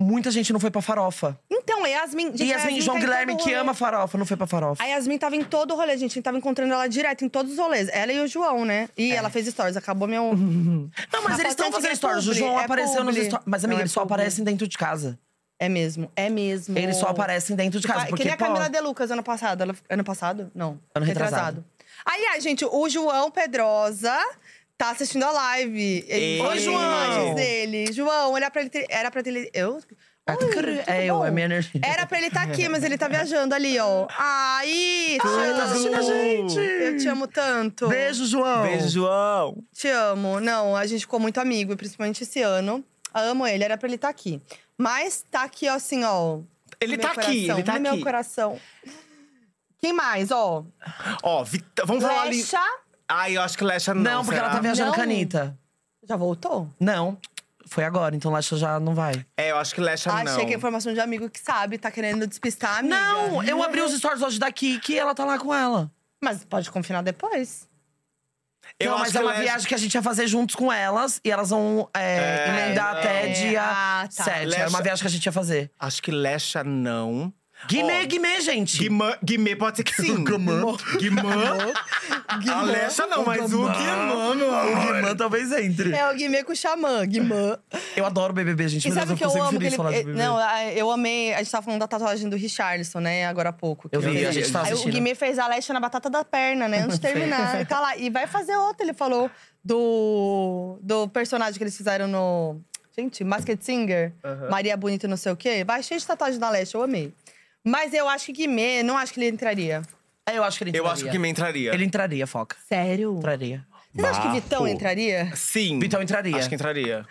S3: Muita gente não foi pra farofa.
S1: Então, a Yasmin. Gente,
S3: e
S1: a
S3: Yasmin,
S1: Yasmin
S3: João
S1: tá em
S3: Guilherme,
S1: todo
S3: que
S1: rolê.
S3: ama farofa, não foi pra farofa.
S1: A Yasmin tava em todo o rolê, gente. A gente tava encontrando ela direto em todos os rolês. Ela e o João, né?
S3: É.
S1: E ela fez stories, acabou meu.
S3: Uhum. não, mas
S1: mas
S3: eles estão
S1: pode ser que
S3: fazendo
S1: é
S3: stories. o
S1: publi,
S3: João
S1: é
S3: apareceu nos
S1: publi.
S3: stories. Mas, amiga,
S1: Não, é
S3: eles só
S1: publi.
S3: aparecem dentro de casa.
S1: É mesmo, é mesmo.
S3: Eles só aparecem dentro de casa.
S1: Ah, que
S3: porque,
S1: nem a
S3: pô,
S1: Camila De Lucas ano passado. Ela- ano passado? Não.
S3: Ano
S1: Retrasado.
S3: retrasado.
S1: Aliás, gente, o João Pedrosa tá assistindo a live. Ele
S2: Ei,
S1: mandou
S3: João!
S1: imagens dele. João, olha pra ele. ter- Era pra ele. Eu?
S3: Ah,
S1: Oi, tudo
S3: é eu,
S1: bom?
S3: é minha energia.
S1: Era pra ele estar tá aqui, mas ele tá viajando ali, ó. Ai,
S3: Ai, tá assistindo a gente.
S1: Eu te amo tanto.
S3: Beijo, João.
S2: Beijo, João.
S1: Te amo. Não, a gente ficou muito amigo, e principalmente esse ano. Eu amo ele, era pra ele estar aqui. Mas tá aqui, ó, assim, ó.
S2: Ele
S1: no
S2: tá
S1: meu
S2: aqui,
S1: coração,
S2: ele tá
S1: no meu
S2: aqui.
S1: coração. Quem mais, ó?
S2: Ó, Vita- vamos falar ali.
S1: Lecha.
S2: Ai, eu acho que Lecha não.
S3: Não, porque
S2: será?
S3: ela tá viajando
S1: Não.
S3: com a Anitta.
S1: Já voltou?
S3: Não, foi agora, então Lacha já não vai.
S2: É, eu acho que Lecha
S1: Ah,
S2: não.
S1: Achei que é informação de amigo que sabe, tá querendo despistar a amiga.
S3: Não, eu abri os stories hoje da Kiki e ela tá lá com ela.
S1: Mas pode confinar depois.
S2: Eu
S3: não,
S2: acho
S3: mas
S2: que
S3: é uma
S2: Lecha-
S3: viagem que a gente ia fazer juntos com elas e elas vão é,
S2: É,
S3: emendar
S2: não.
S3: até dia
S1: Ah, tá.
S3: 7. Era uma
S2: Lecha-
S3: viagem que a gente ia fazer.
S2: Acho que Lecha não.
S3: Guimê,
S2: Ó,
S3: Guimê, gente!
S2: Guimã, Guimê pode ser que sim. Guimã. Guimã. A Lecha não, mas o Guimã, meu amor.
S3: Guimã talvez entre.
S1: É o Guimê com o Xamã, Guimã.
S3: Eu adoro BBB, gente.
S1: E
S3: Meu
S1: sabe o
S3: Deus,
S1: que
S3: eu
S1: eu
S3: fico sempre
S1: amo? Que ele...
S3: feliz falar de
S1: eh,
S3: BBB.
S1: Não, ah, eu amei. A gente tava falando da tatuagem do Richarlison, né? Agora há pouco. que
S3: Eu vi,
S1: ele
S3: a gente
S1: fez.
S3: tava
S1: Aí o
S3: assistindo.
S1: Guimê fez a leste na batata da perna, né? Antes de terminar. e tá lá. E vai fazer outra, ele falou do, do personagem que eles fizeram no. Gente, Masked Singer, Maria Bonita e não sei o quê. Vai cheio de tatuagem da leste, eu amei. Mas eu acho que Guimê, não acho que ele entraria.
S3: É, eu acho que ele
S2: Eu
S3: entraria.
S2: acho que o Guimê entraria.
S3: Ele entraria, foca.
S1: Sério?
S3: Entraria.
S1: Vocês acham que
S2: Bafo.
S1: Vitão entraria?
S2: Sim.
S3: Vitão entraria.
S2: Acho que entraria.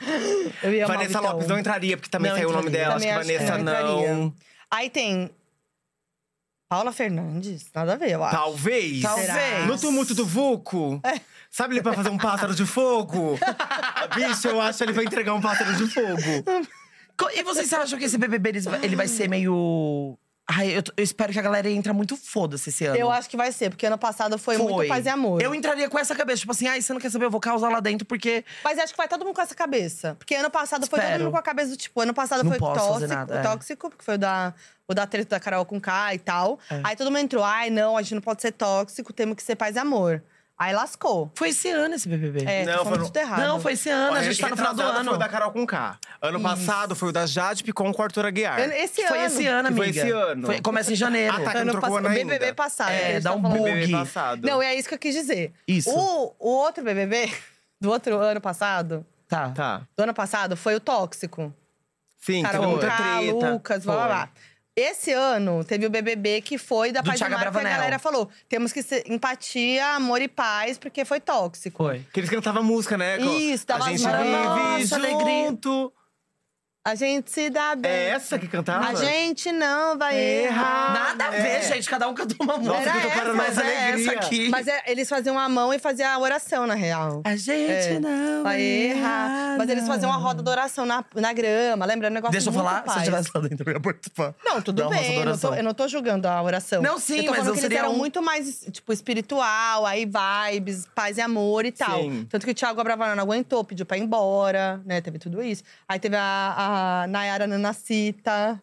S1: Eu ia amar
S2: Vanessa
S1: Vitão.
S2: Lopes não entraria, porque também
S3: Não
S2: saiu o nome
S3: entraria.
S2: dela. Acho que
S1: Também acho que
S2: Vanessa
S1: não entraria.
S2: não.
S1: Aí tem. Paula Fernandes? Nada a ver, eu acho.
S2: Talvez.
S3: Talvez. É.
S1: Será?
S2: No tumulto do Vulco. Sabe ele pra fazer um pássaro de fogo? Bicho, eu acho que ele vai entregar um pássaro de fogo.
S3: Co- E vocês acham que esse BBB eles- ele vai ser meio. Ai, eu, t- eu espero que a galera entre muito foda-se esse ano.
S1: Eu acho que vai ser, porque ano passado foi, muito paz e amor.
S3: Eu entraria com essa cabeça, tipo assim, ai, você não quer saber, eu vou causar lá dentro porque.
S1: Mas acho que vai todo mundo com essa cabeça. Porque ano passado foi todo
S3: Espero.
S1: mundo com a cabeça do tipo, ano passado
S3: Não
S1: foi
S3: posso
S1: tóxico,
S3: fazer nada, é.
S1: tóxico, porque foi o da, o da treta da Carol com K e tal.
S3: É.
S1: Aí todo mundo entrou, ai não, a gente não pode ser tóxico, temos que ser paz e amor. Aí lascou.
S3: Foi esse ano esse BBB.
S1: É, tô
S2: Não,
S1: falando
S2: foi no-
S1: tudo errado.
S3: Não, foi esse ano, a gente tá no final do
S2: Retrasado
S3: ano.
S2: Foi o da Carol com K. Ano passado foi o da Jade Picon com o Arthur Aguiar.
S1: Eu- Esse
S3: Foi
S1: ano.
S3: esse ano,
S2: Que
S3: amiga.
S2: foi esse ano.
S3: Foi- começa em janeiro.
S2: Ah, tá, que não
S1: Ano
S2: trocou
S1: passado,
S2: ano ainda.
S1: BBB passado.
S3: É,
S1: que a gente
S3: dá
S1: tá
S3: um
S1: falando.
S3: bug.
S2: BBB passado.
S1: Não, é isso que eu quis dizer.
S3: Isso.
S1: O, o outro BBB do outro ano passado,
S3: Tá.
S2: Tá.
S1: do ano passado, foi o tóxico.
S2: Sim,
S1: Carol
S2: teve muita
S1: Conká,
S2: treta.
S1: Lucas, blá blá
S2: Foi.
S1: blá. Esse ano teve o BBB que foi da
S3: Do
S1: paz e
S3: Thiago
S1: amor, que a
S3: Abravanel.
S1: galera falou: temos que ser empatia, amor e paz, porque foi tóxico.
S3: Foi.
S2: Que eles cantavam música, né? Com-
S1: Isso, tava
S2: A gente
S1: as
S2: vive
S3: mãos. Nossa, alegria.
S2: junto.
S1: A gente se dá bem.
S2: É essa que cantava?
S1: A gente não vai errar.
S2: Errar.
S3: Nada a ver,
S2: é.
S3: gente. Cada um cantou uma música.
S2: Nossa,
S1: Era
S2: que eu tô
S1: essa,
S2: parando mais
S3: mas é
S2: alegria.
S3: essa aqui.
S1: Mas é, eles faziam a mão e faziam a oração, na real.
S3: A gente
S1: É.
S3: não
S1: Vai errar. Mas eles faziam uma roda de oração na, na grama, lembra? Um negócio
S3: Deixa eu
S1: muito
S3: falar, se eu
S1: paz.
S3: tivesse lá dentro, eu ia participar.
S1: Não, tudo
S3: Dá uma roda de
S1: bem. eu não tô-
S3: oração.
S1: eu não tô julgando a oração.
S3: Não, sim,
S1: eu tô
S3: mas
S1: falando
S3: eu
S1: que eles
S3: seria
S1: eram
S3: um-
S1: muito mais, tipo, espiritual, aí vibes, paz e amor e tal.
S2: Sim.
S1: Tanto que o Thiago Abravanel não aguentou, pediu pra ir embora, né? Teve tudo isso. Aí teve a, a Nayara Nanacita,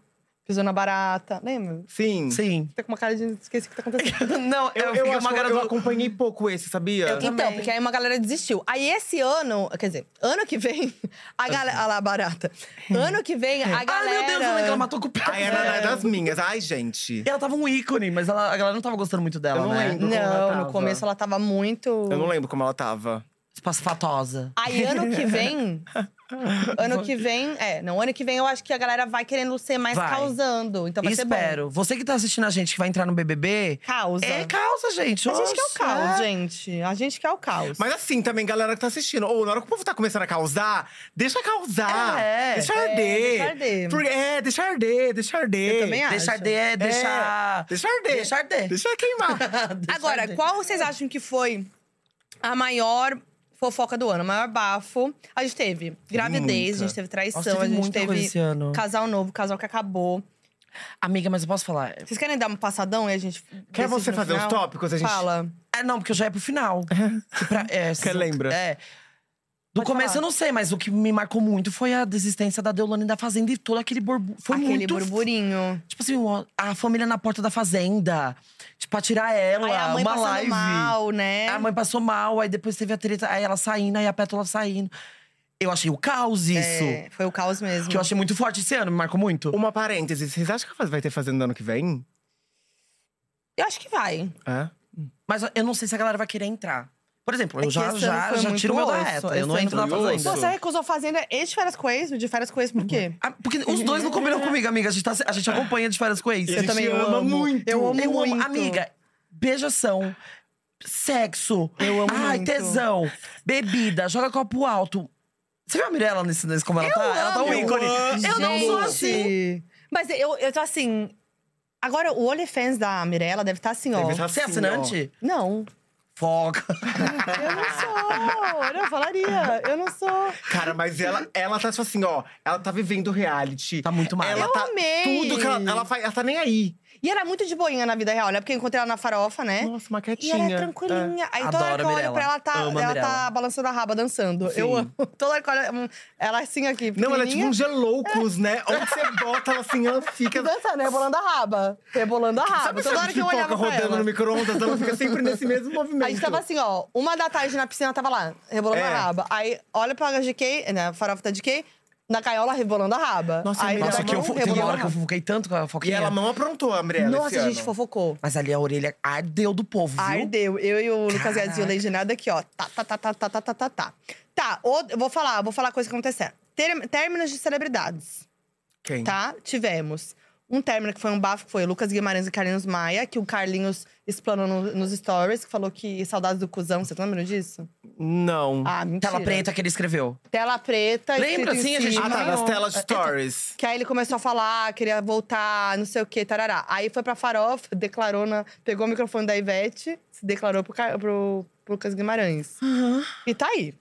S1: pisou na barata. Lembra?
S2: Sim.
S3: Sim.
S1: Tá com uma cara de esqueci o que tá acontecendo.
S3: Não, eu,
S2: Eu,
S3: fiquei
S2: eu,
S3: uma
S2: acho que
S3: cara
S2: eu
S3: do-
S2: acompanhei pouco esse, sabia?
S1: Então, porque aí uma galera desistiu. Aí esse ano, quer dizer, ano que vem, a galera. Olha lá, barata. Ano que vem, a galera.
S3: Ah, meu Deus, eu lembro, ela matou com o pé.
S2: Ai, a Naná é das minhas. Ai, gente.
S3: E Ela tava um ícone, mas ela- a galera não tava gostando muito dela,
S2: Eu não
S3: né?
S2: lembro. como ela
S1: Não,
S2: tava.
S1: no começo ela tava muito.
S2: Eu não lembro como ela tava.
S3: Tipo, Espasfatosa.
S1: Aí ano que vem. ano que vem. É, não, ano que vem eu acho que a galera vai querendo ser mais
S3: Vai.
S1: causando. Então vai ser bom.
S3: Espero. Você que tá assistindo a gente, que vai entrar no BBB…
S1: Causa.
S3: É causa, gente.
S1: a gente quer o
S3: Nossa,
S1: caos,
S3: é.
S1: gente. A gente quer o caos.
S2: Mas assim, também, galera que tá assistindo. Ou na hora que o povo tá começando a causar, deixa causar.
S3: É,
S2: deixa
S1: é,
S2: arder.
S1: deixa arder.
S2: Por- é, deixa arder, deixa arder.
S1: Eu também acho.
S3: Deixa arder, é deixar…
S2: Deixa arder.
S3: Deixa arder.
S2: Deixa queimar.
S3: Deixa
S1: Agora,
S3: arder.
S1: qual vocês acham que foi a maior fofoca do ano, o maior bafo? A gente teve gravidez, a gente
S2: Muita.
S1: teve traição,
S3: Nossa, teve
S1: a gente
S3: muita coisa esse ano.
S1: teve casal novo, casal que acabou.
S3: Amiga, mas eu posso falar?
S1: Vocês querem dar um passadão e a gente. decide
S2: Quer você
S1: no
S2: fazer
S1: final?
S2: os tópicos? A gente...
S1: Fala.
S3: É, não, porque eu já ia pro final. Que pra- é,
S2: Você lembra?
S3: É. Do
S1: Pode
S3: começo
S1: falar.
S3: eu não sei, mas o que me marcou muito foi a desistência da Deolane da Fazenda e todo aquele burbu... Foi
S1: Aquele
S3: muito...
S1: burburinho.
S3: Tipo assim, o- a família na porta da Fazenda. Tipo, pra tirar ela,
S1: Aí a mãe
S3: uma
S1: passando
S3: live.
S1: mal, né?
S3: A mãe passou mal, aí depois teve a treta, aí ela saindo, aí a Pétala saindo. Eu achei o caos isso.
S1: É, foi o caos mesmo.
S3: Que eu achei muito forte esse ano, me marcou muito.
S2: Uma parêntese. Vocês acham que vai ter fazendo ano que vem?
S1: Eu acho que vai.
S2: É.
S3: Mas eu não sei se a galera vai querer entrar. Por exemplo,
S1: É
S3: eu
S1: que
S3: já,
S1: esse ano
S3: já,
S1: foi
S3: já
S1: muito
S3: tiro o meu da
S1: osso,
S3: reta. Eu
S1: esse
S3: não
S1: ano
S3: entro na
S2: foi osso.
S3: Fazenda.
S1: Pô, você recusou fazenda e de férias com ex? De férias com ex por quê?
S3: Ah, porque os dois não combinam comigo, amiga. A gente, tá- a gente acompanha de férias com ex.
S2: Eu também ama muito.
S1: Eu amo
S3: Eu amo.
S1: muito.
S3: Amiga, beijação, sexo. Eu
S1: amo
S3: Ai,
S1: muito.
S3: tesão, bebida, joga copo alto. Você viu a Mirella nesse, nesse como ela tá? Ela tá um
S1: amo.
S3: ícone. Eu não sou assim.
S1: Gente. Mas eu, eu tô assim. Agora, o OnlyFans da Mirella deve estar assim, ó.
S2: Deve tá
S3: Você é
S2: assim,
S3: assinante?
S1: Não,
S3: Foca.
S1: eu não sou. Eu não falaria. Eu não sou.
S2: ó. Cara, mas ela, ela tá tipo assim, ó. Ela tá vivendo reality.
S3: Tá muito mal.
S2: Ela
S1: Eu
S2: tá
S1: amei.
S2: tudo que ela, ela faz. Ela tá nem aí.
S1: E ela é muito de boinha na vida real, né? Porque eu encontrei ela na farofa, né?
S2: Nossa, uma
S1: E
S2: quietinha.
S1: ela é tranquilinha. Aí toda hora
S3: Ah, Adoro
S1: que eu olho
S3: Mirella.
S1: pra ela, tá,
S3: Amo a
S1: ela tá
S3: Mirella.
S1: balançando a raba, dançando.
S2: Sim.
S1: Eu amo. Toda hora que eu olho, ela é assim aqui.
S2: Não, ela é tipo
S1: pequenininha,
S2: um geloucos, né? Onde você bota ela assim, ela fica.
S1: Dançando, rebolando a raba. Rebolando a raba.
S2: Sabe
S1: toda hora que eu olhava pra
S2: rodando
S1: ela.
S2: no micro-ondas, ela fica sempre nesse mesmo movimento.
S1: A gente tava assim, ó, uma da tarde na piscina, tava lá, rebolando
S2: É.
S1: a raba. Aí olha pra GK, né, farofa da GK, na caiola rebolando a raba.
S2: Nossa,
S1: Aí na
S2: Mirella,
S3: Nossa,
S2: ela
S3: que eu,
S1: mão,
S3: fo-
S2: não
S3: teve uma
S1: rebolando
S3: hora
S1: a
S3: que eu fofoquei tanto com a
S2: E
S3: Foquinha.
S2: ela não aprontou a
S1: raba.
S2: Mirella.
S1: Nossa,
S2: esse
S1: gente,
S2: ano.
S1: fofocou.
S3: Mas ali a orelha ardeu do povo, viu?
S1: Ardeu. Eu e o Lucas
S3: Caraca.
S1: Guedes e o Legendado aqui, ó. Tá, tá, tá, tá, tá, tá, tá, tá, tá. Tá, ou- eu vou falar, vou falar coisa que aconteceram. Ter- Términos de celebridades,
S2: Quem?
S1: tá? Tivemos um término que foi um bafo, que foi o Lucas Guimarães e Carlinhos Maia, que o Carlinhos explanou no- nos stories, que falou que saudades do cuzão. Vocês lembram disso?
S2: Não.
S1: Ah, mentira.
S3: Tela preta que ele escreveu.
S1: Tela preta. escrito
S3: Lembra,
S1: em
S3: sim, a gente
S2: Ah,
S1: cima.
S2: tá,
S3: não.
S2: nas telas de
S3: É,
S2: stories.
S1: Que aí ele começou a falar, queria voltar, não sei o quê, tarará. Aí foi pra farofa, declarou na. Pegou o microfone da Ivete, se declarou pro, Ca- pro, pro Lucas Guimarães. E tá aí.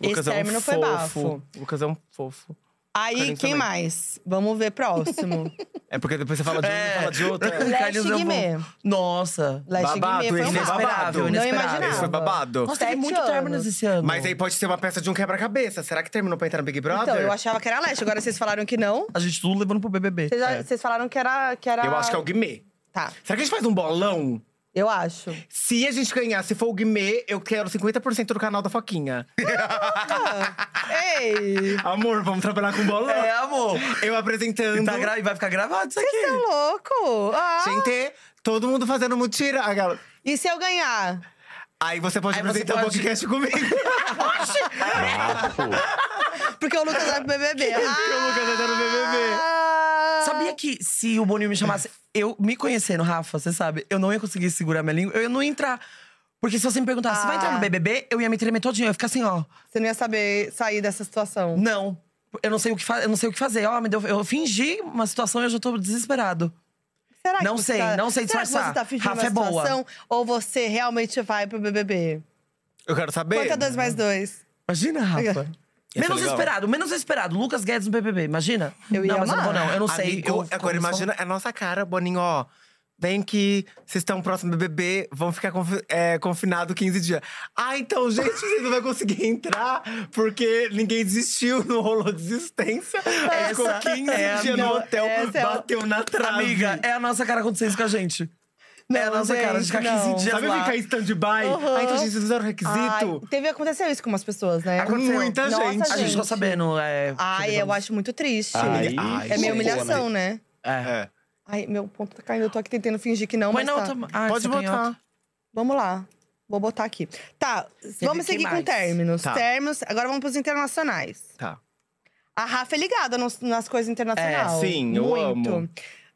S1: Esse
S2: é um
S1: término foi bafo.
S2: Lucas é um fofo.
S1: Aí,
S2: Carlinhos
S1: quem
S2: também.
S1: mais? Vamos ver próximo.
S2: É porque depois você fala de um e fala de outro. é.
S1: Leste
S3: Carlinhos Lambon.
S1: Guimê.
S3: Nossa.
S1: Leste
S2: Babado,
S1: Guimê foi um
S2: esse é
S1: bafo.
S2: babado.
S3: Inesperável,
S2: Não
S3: inesperável.
S2: Esse
S1: imaginava.
S2: foi babado.
S3: Nossa, teve
S1: Sete
S3: muito
S1: anos.
S3: términos esse ano.
S2: Mas aí pode ser uma peça de um quebra-cabeça. Será que terminou pra entrar no Big Brother?
S1: Então, eu achava que era Leste, agora vocês falaram que não.
S3: A gente tudo levando pro BBB.
S1: Vocês,
S3: É.
S1: vocês falaram que era, que era.
S2: Eu acho que é o Guimê.
S1: Tá,
S2: Será que a gente faz um bolão?
S1: eu acho.
S2: Se a gente ganhar, se for o Guimê, eu quero 50% do canal da Foquinha.
S1: Ah, Ei!
S2: Amor, vamos trabalhar com bolão.
S3: É, amor.
S2: Eu apresentando.
S3: Tá gra... e Vai ficar gravado isso aqui.
S1: Você é louco! Ah.
S2: Gente, todo mundo fazendo mutirão. Ah, galera.
S1: E se eu ganhar?
S2: Aí você pode
S3: Aí você
S2: apresentar
S3: pode-
S2: o podcast comigo.
S1: Porque o Lucas vai pro BBB.
S2: Porque o Lucas vai estar no BBB.
S1: Ah!
S3: Sabia que se o Boninho me chamasse, eu me conhecendo, Rafa, você sabe, eu não ia conseguir segurar minha língua, eu ia não ia entrar. Porque se você me perguntasse, você vai entrar
S1: Ah.
S3: no BBB? Eu ia me tremer todinho, eu ia ficar assim, ó.
S1: Você não ia saber sair dessa situação.
S3: Não. Eu não sei o que, fa eu não sei o que fazer. Ó, me deu, eu fingi uma situação e eu já tô desesperado.
S1: Será
S3: Não
S1: você
S3: sei, não sei
S1: será
S3: disfarçar.
S1: que você tá fingindo
S3: Rafa é
S1: uma
S3: boa.
S1: situação ou você realmente vai pro BBB?
S2: Eu quero saber.
S1: Quanto é dois mais dois? É.
S3: Imagina, Rafa.
S2: Ia ser
S3: Menos
S2: legal.
S3: esperado, menos esperado. Lucas Guedes no BBB, imagina?
S1: Eu ia
S3: não, mas eu não vou,
S1: amar.
S3: não. Eu não sei.
S2: Amigo,
S3: eu-
S2: agora
S3: como
S2: imagina a nossa cara, Boninho, ó. Vem que vocês estão próximo do BBB, vão ficar confi é, confinado 15 dias. Ah, então, gente, vocês não vão conseguir entrar porque ninguém desistiu, não rolou desistência. Aí ficou
S3: Essa
S2: 15
S3: é a
S2: dias no
S1: minha-
S2: hotel,
S1: essa é a-
S2: bateu na
S3: são-
S2: trave.
S3: Amiga, é a nossa cara acontecendo isso com a gente. é a
S1: Não,
S3: nossa cara de ficar
S1: gente,
S3: 15
S1: não.
S3: dias
S2: Sabe
S3: lá.
S2: ficar em stand-by?
S1: Aham.
S2: Ah, então, gente, vocês usaram o requisito.
S1: Ai, teve aconteceu isso com umas pessoas, né?
S2: Com muita
S1: Nossa,
S2: gente.
S3: A gente ficou
S1: gente.
S3: sabendo. É,
S1: Ai, eu acho muito triste.
S5: Ai,
S2: ai,
S1: é
S5: isso
S1: meio
S5: boa,
S1: humilhação, né?
S3: É.
S2: É.
S1: Ai, meu ponto tá caindo. Eu tô aqui tentando fingir que não,
S3: Põe
S1: mas
S3: na
S1: tá.
S3: outra. Ah,
S2: Pode
S3: você põe
S2: botar.
S3: outra.
S1: Vamos lá. Vou botar aqui. Tá, vamos
S3: que
S1: seguir com
S3: mais?
S1: términos.
S2: Tá.
S1: Términos, agora vamos pros internacionais.
S2: Tá.
S1: A Rafa é ligada nos- nas coisas internacionais.
S2: É, sim, eu
S1: Muito.
S2: amo.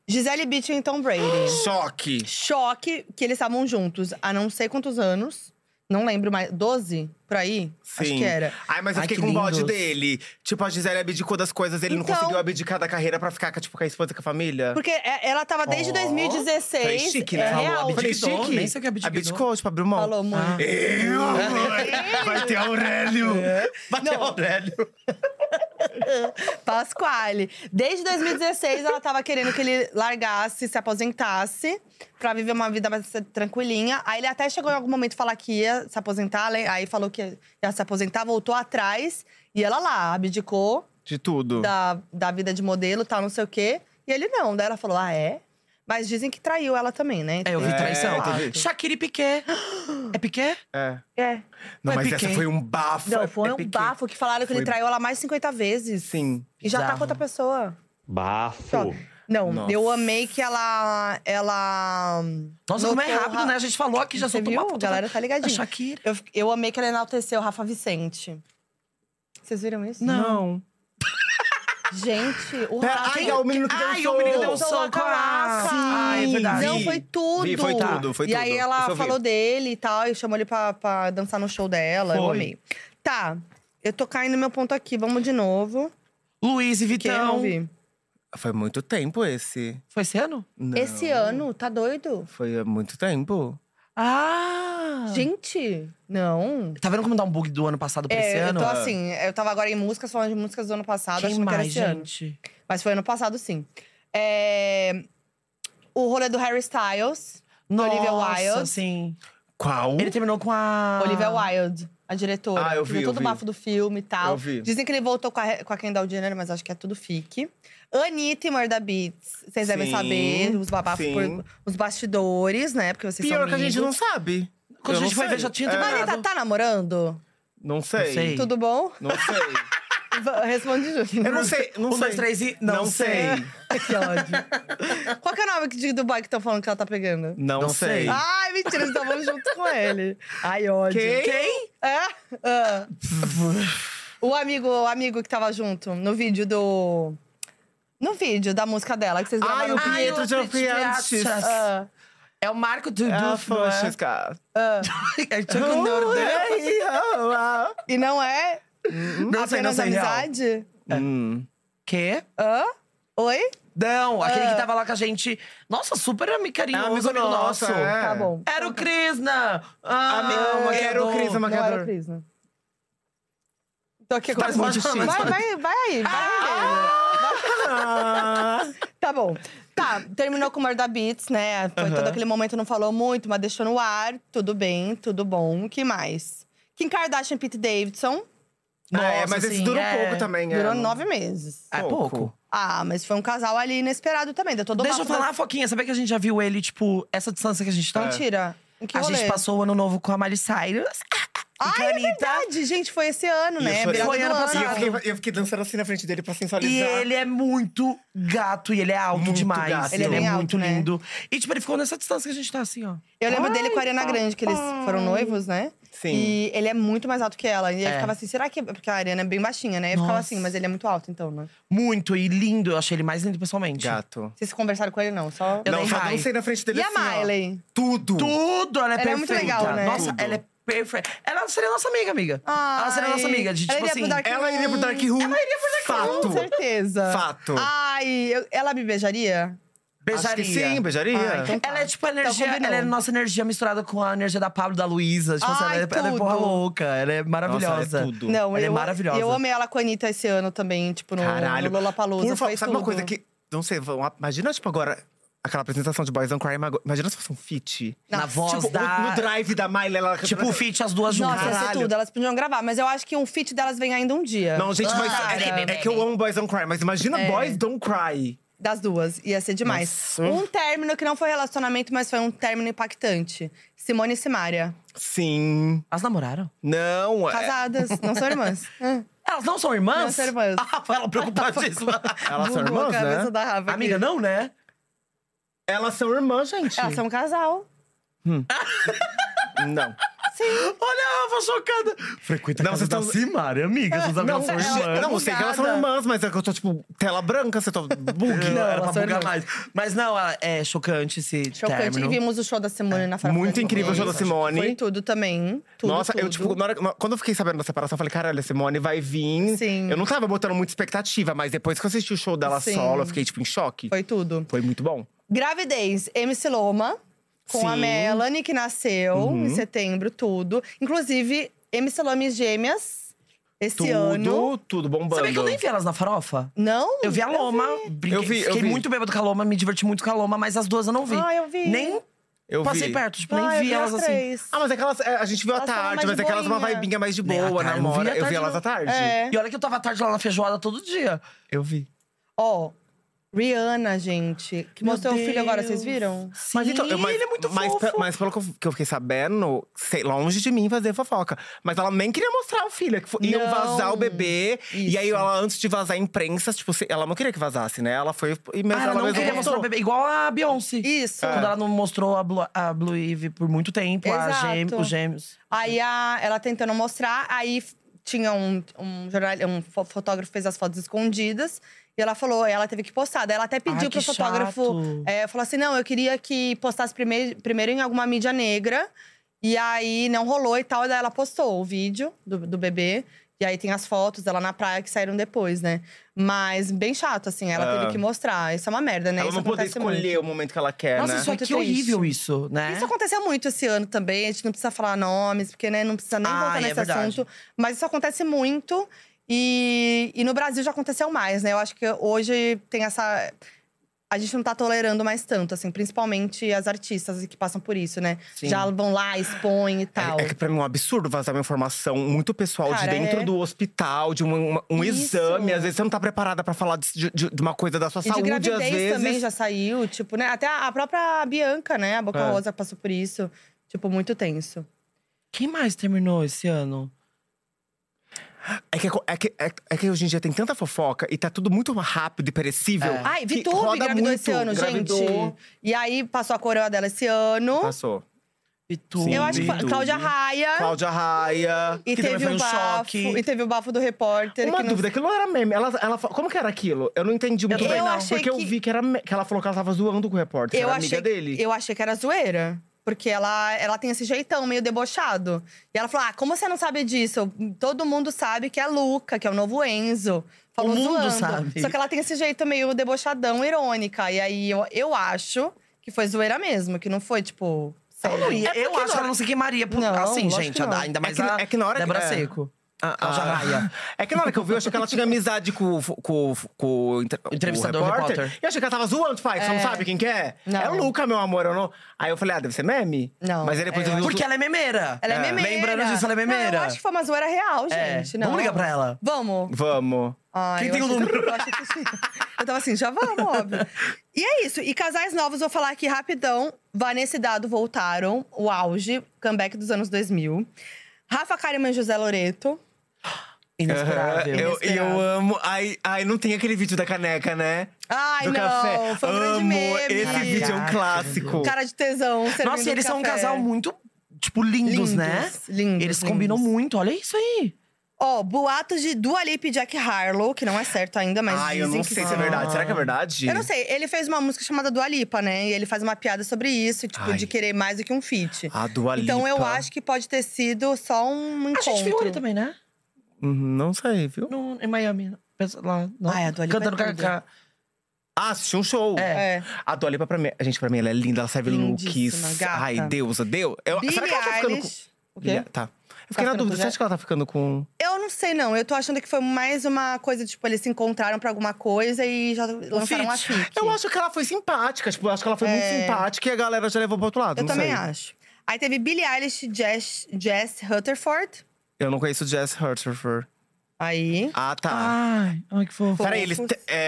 S1: Gisele Bündchen e Tom Brady.
S2: Choque.
S1: Choque que eles estavam juntos há não sei quantos anos. Não lembro mais. 12? Por aí? Acho
S2: Sim.
S1: que era.
S2: Ai, mas eu
S3: Ai,
S2: fiquei
S3: que
S2: com o bode
S3: lindos.
S2: dele. Tipo, a Gisele abdicou das coisas, ele
S1: Então-
S2: não conseguiu abdicar da carreira pra ficar, tipo, com a esposa e com a família.
S1: Porque é- ela tava desde
S3: Ó,
S1: 2016.
S2: Falei chique,
S1: É
S2: né?
S1: real.
S3: Falou,
S2: Falei
S3: abdicou,
S2: chique.
S3: nem sei o que é abdicou.
S2: Abdicou, tipo, abriu mão.
S1: Falou muito.
S3: Ah.
S2: Eu, amor! Vai ter Aurélio!
S1: É.
S2: Vai ter Aurélio!
S1: Pasquale. Desde 2016, ela tava querendo que ele largasse, se aposentasse, pra viver uma vida mais tranquilinha. Aí ele até chegou em algum momento a falar que ia se aposentar, le- aí falou que ia se aposentar, voltou atrás. E ela lá, abdicou
S2: De tudo.
S1: da, da vida de modelo, tal, não sei o quê. E ele não. Daí ela falou, ah, é? Mas dizem que traiu ela também, né?
S3: É, eu vi
S2: É,
S3: traição.
S1: Ah.
S2: teve-
S3: Shakira e Piquet. É Piquet?
S2: É.
S1: É.
S2: Não,
S3: Ué,
S2: mas essa
S3: Piquet.
S2: foi um bafo.
S1: Não, foi
S2: É
S1: um
S2: Piquet.
S1: bafo que falaram que ele
S2: Foi-
S1: traiu ela mais 50 vezes.
S2: Sim.
S1: E já tá
S3: Bizarro.
S1: com outra pessoa.
S5: Bafo.
S1: Não,
S2: Nossa.
S1: eu amei que ela. Ela.
S3: Nossa, como é
S1: notou
S3: rápido,
S1: ra-
S3: né? A gente falou aqui, já
S1: Você
S3: soltou
S1: viu?
S3: uma
S1: A
S3: puta
S1: galera tá
S3: da
S1: ligadinha.
S3: Shakira.
S1: Eu, eu amei que ela enalteceu o Rafa Vicente. Vocês viram isso?
S3: Não.
S1: Gente, o
S2: Pera,
S1: Rafa.
S2: ai, é o menino que
S3: Ai,
S2: dançou.
S3: o menino deu um
S1: Dançou
S3: soco.
S1: a
S3: Ah,
S1: Caraca.
S3: Ai, é verdade.
S1: Não,
S2: Vi,
S1: foi tudo. Tá.
S2: vi, foi tudo, foi
S1: E aí
S2: tudo.
S1: ela
S2: Isso eu vi.
S1: falou dele e tal, e chamou ele pra, pra dançar no show dela. Eu
S3: Foi.
S1: amei. Tá, eu tô caindo meu ponto aqui. Vamos de novo.
S3: Luiz e
S1: Quem eu não
S3: Vitão.
S1: vi?
S2: Foi muito tempo esse.
S3: Foi esse ano?
S2: Não.
S1: Esse ano, tá doido?
S2: Foi há muito tempo.
S3: Ah!
S1: Gente, não.
S3: Tá vendo como dá um bug do ano passado pra esse
S1: É, eu
S3: ano?
S1: tô assim,
S2: ah.
S1: eu tava agora em músicas, falando de músicas do ano passado,
S3: Quem
S1: acho que era
S3: mais,
S1: esse ano.
S3: gente?
S1: Mas foi ano passado, sim. É, O rolê do Harry Styles,
S3: Nossa,
S1: Olivia Wilde.
S3: sim.
S2: Qual?
S1: é
S3: Ele terminou com a…
S1: Olivia Wilde, a diretora.
S2: Ah, eu
S1: que
S2: vi,
S1: viu
S2: eu
S1: todo o
S2: vi.
S1: bafo do filme e tal.
S2: Eu vi.
S1: Dizem que ele voltou com a, com a Kendall Jenner, mas acho que é tudo fique. Anitta e Murda Beats, vocês devem
S2: Sim,
S1: saber, os babafos
S2: sim.
S1: por os bastidores, né? Porque vocês
S2: Pior
S1: são
S2: que a gente não
S1: amigos.
S2: sabe.
S3: Quando
S2: Eu
S3: a gente
S2: não
S3: foi
S2: sei.
S3: ver, já tinha
S2: É.
S3: terminado.
S1: Anitta tá namorando?
S2: Não sei.
S3: Não sei. Sim.
S1: Tudo bom?
S2: Não sei.
S1: Va- Responde junto.
S2: Eu não sei. Não
S3: Um,
S2: sei.
S3: dois, três e…
S2: Não sei.
S1: Que ódio. Qual que é o nome de- do boy que estão falando que ela tá pegando?
S2: Não,
S3: Não
S2: sei.
S3: sei.
S1: Ai, mentira, eles estavam junto com ele. Ai, ódio.
S2: Quem?
S1: É? Ah. o amigo, o amigo que tava junto no vídeo do. No vídeo da música dela, que vocês
S2: Ai,
S1: gravaram.
S2: o
S1: no
S3: Ai,
S2: Pietro
S3: eu
S2: de
S3: acredito,
S2: Alpiantes.
S3: achas.
S1: Ah,
S3: É o Marco do
S2: Ah,
S3: Duff, não é?
S2: cara.
S3: É Chuck Norris.
S1: e não é
S3: Não sei, não
S1: apenas
S3: sei, real.
S1: amizade?
S2: Hum.
S3: Quê?
S1: Hã? Oi?
S3: Não, aquele
S1: Ah.
S3: que tava lá com a gente. Nossa, super ami- carinhoso,
S2: É um
S3: amigo, nosso.
S2: é.
S1: Tá bom.
S3: Era o Krishna! Ah,
S2: Ami- era o
S3: maquiador.
S2: Krishna,
S1: Não era
S2: maquiador.
S1: o Cris, né? Então, Tô aqui
S3: Mas
S1: agora.
S3: pode falar, mas
S1: Vai,
S3: pode.
S1: vai, vai aí, vai
S2: Ah.
S1: Tá bom. Tá, terminou com o Murda Beats, né? Foi todo aquele momento, não falou muito, mas deixou no ar. Tudo bem, tudo bom. O que mais? Kim Kardashian e Pete Davidson
S3: Nossa,
S2: Ah, é, mas esse
S3: sim,
S2: durou
S3: é.
S2: pouco também.
S1: durou
S2: é.
S1: nove meses.
S3: É pouco.
S2: Pouco.
S1: Ah, mas foi um casal ali inesperado também. Deu todo o
S3: Deixa eu
S1: bafo da-
S3: falar, Foquinha. Sabia que a gente já viu ele, tipo, essa distância que a gente tá?
S1: Mentira. Em que
S3: A
S1: rolê?
S3: gente passou o ano novo com a Miley Cyrus.
S1: Ai,
S3: com a Anitta.
S1: Verdade, gente, foi esse ano,
S2: E
S1: né?
S2: eu chorei.
S1: Virada
S3: Foi
S1: do
S3: ano
S1: ano.
S2: E eu
S3: passado.
S2: fiquei, eu fiquei dançando assim na frente dele pra sensualizar.
S3: E ele é muito gato e ele é alto
S2: Muito
S3: demais.
S2: gato. Ele
S3: Ele,
S2: é
S3: é
S1: bem
S3: muito
S1: alto, né?
S3: lindo. E, tipo, ele ficou nessa distância que a gente tá assim, ó.
S1: Eu lembro dele com a Ariana Grande, que eles foram noivos, né?
S2: Sim.
S1: E ele é muito mais alto que ela. E eu
S3: É.
S1: ficava assim, será que. é- Porque a Ariana é bem baixinha, né? Eu ficava
S3: Nossa.
S1: assim, mas ele é muito alto, então, né?
S3: Muito e lindo. Eu achei ele mais lindo pessoalmente.
S2: Gato.
S1: Vocês conversaram com ele, não? Só.
S3: Eu
S2: não,
S3: dei
S2: só
S3: high.
S2: dancei na frente dele
S1: E a
S2: assim, ó.
S1: Miley?
S2: Tudo.
S3: Tudo! Ela é
S1: Ela é muito
S3: perfeita.
S1: legal, né?
S3: Nossa,
S2: Tudo.
S3: ela é perfeita. Ela seria nossa amiga, amiga. ela seria nossa
S1: Ai,
S3: amiga. De,
S1: ela
S3: tipo
S1: iria
S3: assim.
S1: pro Dark
S2: Ela iria pro
S1: Room.
S2: Dark Room. Ela iria pro Dark
S1: Com certeza.
S2: Fato.
S1: Ai, eu- ela me beijaria?
S2: Acho que
S3: Beijaria.
S2: sim, beijaria.
S1: Ah, então tá.
S3: Ela é tipo a energia,
S1: combinou.
S3: ela é nossa energia misturada com a energia da Pablo, da Luísa. Tipo, assim,
S1: Ai,
S3: ela, é, ela é porra
S1: tudo.
S3: louca, ela
S2: Nossa,
S3: é
S2: ela
S3: maravilhosa.
S2: é tudo.
S1: Não,
S3: Ela é
S1: eu,
S3: maravilhosa.
S1: Eu amei ela com a Anitta esse ano também, tipo, no,
S2: Caralho.
S1: no Lollapalooza.
S2: Por favor,
S1: foi
S2: sabe
S1: tudo.
S2: uma coisa que. Não sei, vão, imagina, tipo, agora. Aquela apresentação de Boys Don't Cry, mas agora- imagina se fosse um feat.
S3: Na voz
S2: Tipo,
S3: da.
S2: no drive da Miley, ela… assim,
S3: Tipo, o feat as duas juntas.
S1: Nossa, ia ser
S2: Caralho.
S1: tudo. Elas podiam gravar, mas eu acho que um feat delas vem ainda um dia.
S2: Não, gente, mas
S1: Ah,
S2: é,
S1: cara.
S2: que- é que eu amo Boys Don't Cry, mas imagina
S1: É.
S2: Boys Don't Cry.
S1: Das duas, ia ser demais.
S2: Nossa.
S1: Um término que não foi relacionamento, mas foi um término impactante. Simone e Simária.
S2: Sim.
S3: Elas namoraram?
S2: Não, é.
S1: Casadas, não são irmãs. Hum.
S3: Elas não são irmãs?
S1: Não são irmãs. Tá
S3: Ah, ela preocupadíssima.
S2: Elas são
S1: Bugou a
S2: irmãs,
S1: cabeça
S2: né?
S1: da Rafa aqui.
S3: Amiga, não, né?
S2: Elas são irmãs, gente.
S1: Elas são um casal.
S2: Não.
S3: Olha a Rafa chocada. Frequenta
S2: Não,
S3: não, a
S2: vocês
S3: casa da
S2: tão-
S3: Simária, amiga. Vocês não,
S2: Não,
S3: não são
S1: elas-
S3: irmãs.
S2: não, eu sei que elas são
S1: Bugada.
S2: irmãs, mas é que eu tô, tipo, tela branca, você tá bug.
S3: Não, era pra
S1: são
S3: bugar
S1: irmãs.
S3: mais. Mas não, ela- é chocante esse
S1: Chocante.
S3: término.
S1: E vimos o show da Simone na Farmácia.
S2: Muito incrível o show da Simone.
S1: Foi tudo também. Tudo,
S2: Nossa, eu,
S1: tudo.
S2: tipo, na hora- na- quando eu fiquei sabendo da separação, eu falei, caralho, a Simone vai vir.
S1: Sim.
S2: Eu não tava botando muita expectativa, mas depois que eu assisti o show dela
S1: Sim.
S2: solo, eu fiquei, tipo, em choque. Foi,
S1: Foi tudo.
S2: muito bom.
S1: Gravidez, MC Loma, com a
S2: Sim.
S1: Melanie, que nasceu em setembro, tudo. Inclusive, MC Loma e Gêmeas, esse
S2: tudo,
S1: ano.
S2: tudo bombando.
S3: Sabia que eu nem vi elas na farofa?
S1: Não?
S3: Eu vi a Loma, brinquei,
S2: Eu vi, eu
S3: fiquei
S2: vi.
S3: muito bêbado com a Loma, me diverti muito com a Loma, mas as duas eu não vi.
S1: Ah, eu vi.
S3: Nem
S2: Eu
S3: passei
S2: vi.
S3: perto, tipo,
S1: Ah,
S3: nem
S1: eu
S3: vi, elas
S1: as
S3: assim.
S1: três.
S2: Ah, mas aquelas. é, A gente viu à
S1: Elas tava
S2: tarde,
S1: mais
S2: mas é
S1: de
S2: aquelas uma
S1: boinha.
S2: vibinha mais de
S3: Nem à
S2: boa,
S3: tarde, eu não vi
S2: namora. Eu
S3: à
S2: vi
S3: tarde,
S2: elas
S3: não.
S2: à tarde.
S1: É.
S3: E olha que eu tava à tarde lá na feijoada todo dia.
S2: Eu vi.
S1: Ó, Rihanna, gente, que
S3: Meu
S1: mostrou o filho agora,
S3: Deus.
S1: vocês viram?
S3: Sim, ele é muito
S2: Então, mas,
S3: fofo.
S2: pe- mas pelo que eu- que eu fiquei sabendo, sei, longe de mim fazer fofoca. Mas ela nem queria mostrar o filho. é Que fo- iam
S1: Não.
S2: vazar o bebê. E aí,
S1: Isso.
S2: ela, antes de vazar a imprensa, tipo, se- ela não queria que vazasse, né? Ela foi. e- Mas
S3: Ah,
S2: ela,
S3: ela não
S2: mesma
S3: queria mostrar
S2: postou.
S3: o bebê. Igual a Beyoncé.
S1: Isso.
S3: Quando ela não mostrou a Blue, a Blue Ivy por muito tempo, a
S1: Exato.
S3: gême- os gêmeos.
S1: Aí a- ela tentando mostrar, aí f- tinha um, um, jornal, um fo- fotógrafo fez as fotos escondidas. E ela falou, ela teve que postar. Daí ela até pediu
S3: Ai,
S1: pro
S3: que
S1: fotógrafo.
S3: chato.
S1: é, falou assim: não, eu queria que postasse primeiro, primeiro em alguma mídia negra. E aí não rolou e tal. Daí ela postou o vídeo do, do bebê. E aí tem as fotos dela na praia que saíram depois, né? Mas bem chato, assim, ela
S2: Ah.
S1: teve que mostrar. Isso é uma merda, né?
S2: Ela
S1: isso
S2: não poder
S1: acontece muito.
S2: escolher o momento que ela quer,
S3: Nossa,
S2: né?
S3: isso
S1: Muito
S3: aqui é horrível, isso, né?
S1: Isso aconteceu muito esse ano também, a gente não precisa falar nomes, porque né, não precisa nem
S3: Ah,
S1: voltar
S3: é
S1: nesse
S3: verdade.
S1: assunto. Mas isso acontece muito. E, e no Brasil já aconteceu mais, né? Eu acho que hoje tem essa. A gente não tá tolerando mais tanto, assim, principalmente as artistas que passam por isso, né?
S3: Sim.
S1: Já vão lá, expõem e tal.
S2: É, é que pra mim é um absurdo vazar uma informação muito pessoal
S1: Cara,
S2: de dentro
S1: é.
S2: do hospital, de uma- uma- um
S1: Isso.
S2: exame. Às vezes você não tá preparada pra falar de, de- de uma coisa da sua
S1: E de
S2: saúde, às
S1: gravidez
S2: vezes.
S1: também já saiu, tipo, né? Até a a própria Bianca, né? A Boca
S2: É.
S1: Rosa passou por isso. Tipo, muito tenso.
S3: Quem mais terminou esse ano?
S2: É que, é, que, é, é que hoje em dia tem tanta fofoca e tá tudo muito rápido e perecível.
S3: É.
S1: Ai,
S2: que
S1: Vitube
S2: roda
S1: engravidou esse ano,
S2: engravidou.
S1: gente. Hum? E aí passou a coroa dela esse ano.
S2: Passou.
S3: Pitu.
S2: Sim,
S1: Eu acho que foi
S2: Vitube.
S1: Cláudia Raia.
S2: Cláudia Raia.
S1: E
S3: que
S1: teve
S3: também foi
S1: o
S3: um
S1: bafo.
S3: choque.
S1: E teve o bafo do repórter.
S2: Uma
S1: que não-
S2: dúvida, aquilo não era meme. Ela, ela, fa- como que era aquilo? Eu não entendi muito
S3: Eu
S2: bem.
S3: também não.
S1: achei
S2: porque eu
S1: que-
S2: vi que, era, me- que ela falou que ela tava zoando com o repórter. que
S1: eu
S2: era
S1: achei,
S2: amiga dele.
S1: Eu achei que era zoeira. Porque ela, ela tem esse jeitão meio debochado. E ela falou: Ah, como você não sabe disso? Todo mundo sabe que é Luca, que é o novo Enzo. Falou
S3: O mundo
S1: zoando.
S3: sabe.
S1: Só que ela tem esse jeito meio debochadão, irônica. E aí eu, eu acho que foi zoeira mesmo, que não foi, tipo,
S3: Eu,
S1: sério.
S3: não ia.
S2: É
S3: eu
S2: porque
S3: acho que ela não se queimaria. Por...
S1: Não,
S3: assim,
S1: lógico que
S3: gente, a
S1: não.
S3: da- ainda mais
S2: É que-
S3: a
S2: é que na hora que-
S3: Débora
S2: é.
S3: Seco. A, a
S2: Ah.
S3: Raia.
S2: É que na hora que eu vi, eu achei que ela tinha amizade com, o- com, o- com o inter-
S3: O entrevistador,
S2: o
S3: o
S2: repórter.
S3: repórter.
S2: E eu achei que ela tava zoando, tipo, "Ai, você não sabe quem que é?
S1: Não.
S2: É o Luca, meu amor. Eu não... Aí eu falei, ah, deve ser meme?
S1: Não,
S2: Mas aí depois
S1: é,
S2: eu vi.
S3: Porque ela é memeira.
S1: Ela é, memeira.
S3: Lembrando disso, ela é memeira.
S1: Não, eu acho que foi uma zoeira real,
S3: É.
S1: gente. Não.
S3: Vamos ligar pra ela.
S1: Vamos.
S2: Vamos.
S1: Ah,
S3: Quem
S1: eu
S3: tem o
S1: achei-
S3: número?
S1: Eu, achei que sim. Eu tava assim, já vamos, óbvio. E é isso. E casais novos, vou falar aqui rapidão. Vanessa e Dado voltaram. O auge, comeback dos anos 2000. Rafa Kalimann e José Loreto.
S3: Inesperável.
S2: Eu,
S1: Inesperável.
S2: eu amo. Ai, ai, não tem aquele vídeo da caneca, né?
S1: Ai,
S2: Do
S1: não.
S2: café.
S1: Foi um grande
S2: amo.
S1: meme.
S2: Esse vídeo é um
S3: Caraca,
S2: clássico.
S1: Cara de tesão. servindo
S3: Nossa, e eles são um
S1: café.
S3: casal muito tipo, lindos, né?
S1: Lindos,
S3: Eles combinam
S1: lindos.
S3: muito, olha isso aí.
S1: Ó, boatos de Dua Lipa e Jack Harlow, que não é certo ainda, mas
S2: Ai, eu
S1: dizem
S2: não
S1: que
S2: sei se é
S1: são.
S2: verdade. Será que é verdade?
S1: Eu não sei, ele fez uma música chamada Dua Lipa, né? E ele faz uma piada sobre isso, tipo,
S2: Ai.
S1: de querer mais do que um feat.
S2: A Dua Lipa.
S1: Então eu acho que pode ter sido só um
S3: A
S1: encontro.
S3: gente viu ele também, né?
S2: Uhum, Não sei, viu?
S3: No, em Miami. pensa Lá, não.
S1: Ai, a Dua Lipa é
S3: Cantando
S1: tudo.
S3: KKK.
S2: Ah, assisti um show.
S3: É.
S1: É.
S2: A Dua Lipa, pra mim… Gente, pra mim, ela é linda. Ela serve
S1: Lindíssima,
S2: looks.
S1: gata.
S2: Ai, deusa, deu. Eu, será
S1: Billie
S2: que ela tá ficando com…
S1: Eilish.
S3: O
S2: Billie-
S3: quê?
S2: Tá. Eu fiquei na
S3: ficando
S2: dúvida.
S3: com
S2: Você acha que ela tá ficando com…
S1: Eu não sei, não. Eu tô achando que foi mais uma coisa, tipo, eles se encontraram pra alguma coisa e já lançaram uma
S3: feat.
S1: feat.
S2: Eu acho que ela foi simpática. Tipo, eu acho que ela foi muito simpática e a galera já levou pro outro lado.
S1: Eu
S2: não
S1: também
S2: sei.
S1: acho. Aí teve Billie Eilish e Jess, Jess Rutherford.
S2: Eu não conheço Jess Hertzfer.
S1: Aí.
S2: Ah, tá.
S3: Ai, ai, que fofo.
S2: Peraí, eles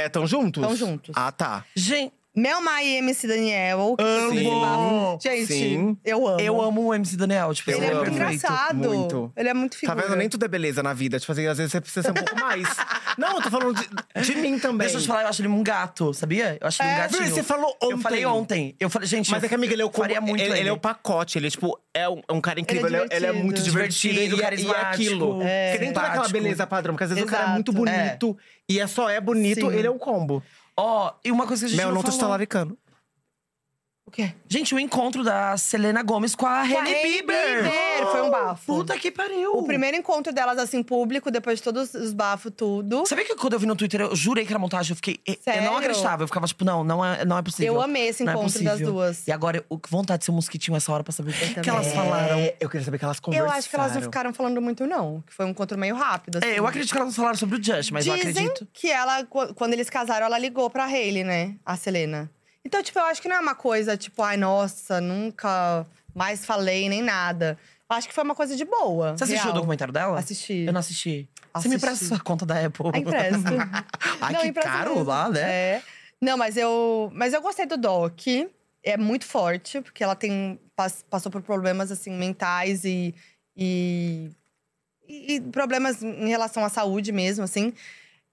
S2: estão juntos?
S1: Tão juntos.
S2: Ah, tá.
S3: Gente,
S1: Mel Maia e MC Daniel. que
S2: Amo!
S1: esse é bafo.
S2: Sim.
S1: Gente,
S2: Sim.
S1: eu amo.
S3: eu amo o MC Daniel. Tipo,
S2: Eu
S1: Ele é
S2: amo.
S1: muito
S3: perfeito.
S1: engraçado.
S2: muito.
S1: Ele é muito
S2: Tá
S1: figura.
S2: vendo? Nem tudo é beleza na vida. Tipo assim, às vezes você precisa ser um pouco mais. Não, eu tô falando de, de mim também.
S3: Deixa eu te falar, eu acho ele um gato, sabia? Eu acho ele um
S1: É.
S3: gatinho.
S2: Você falou ontem.
S3: Eu falei ontem. Eu falei, gente,
S2: Mas é que, amiga, ele é o combo-
S3: faria muito
S2: ele,
S3: ele.
S2: ele é o pacote. Ele é tipo, é um, é um cara incrível. Ele
S1: Ele
S2: é,
S1: é
S2: ele é muito divertido.
S3: divertido.
S2: ele-
S3: Divertido,
S2: e é aquilo.
S3: carismático, É.
S2: Porque nem toda aquela
S3: simpático.
S2: beleza padrão. Porque às vezes o cara é muito
S1: Exato.
S2: bonito e é só é bonito,
S1: Sim.
S2: ele é um combo.
S3: Ó, e uma coisa que a gente
S2: Mel,
S3: não,
S2: não tô
S3: falou.
S2: salaricando.
S1: O quê?
S3: Gente, o encontro da Selena Gomes com a
S1: Com a
S3: Hailey
S1: Hailey
S3: Bieber.
S1: Bieber, Foi um bafo.
S3: Puta que pariu.
S1: O primeiro encontro delas, assim, público, depois de todos os bafos, tudo.
S3: Sabia que quando eu vi no Twitter, eu jurei que era montagem, eu fiquei. eu- Eu
S1: Sério?
S3: não acreditava. Eu ficava tipo, não, não é, não é possível.
S1: Eu amei esse
S3: Não é
S1: encontro das
S3: possível.
S1: duas.
S3: E agora, eu- que vontade de ser um mosquitinho essa hora pra saber o que
S1: também.
S3: que elas falaram.
S2: É, eu queria saber que elas
S1: Eu
S2: conversaram.
S1: acho que elas não ficaram falando muito, não. Que foi um encontro meio rápido. assim.
S3: É, eu acredito que elas não falaram sobre o Just, mas eu
S1: Dizem
S3: acredito.
S1: que ela, qu- quando eles casaram, ela ligou pra Hailey, né? A Selena. Então, tipo, eu acho que não é uma coisa, tipo, ai, nossa, nunca mais falei, nem nada. Eu acho que foi uma coisa de boa.
S3: Você assistiu
S1: real.
S3: o documentário dela?
S1: Assisti.
S3: Eu não assisti. Você
S1: Assisti.
S3: me presta sua conta da Apple.
S1: Ah, empresto.
S3: Ai,
S1: Não,
S3: que
S1: empresto
S3: caro
S1: mesmo.
S3: lá, né?
S1: É. Não, mas eu, mas eu gostei do Doc. É muito forte, porque ela tem pas- passou por problemas assim mentais e, e e problemas em relação à saúde mesmo, assim.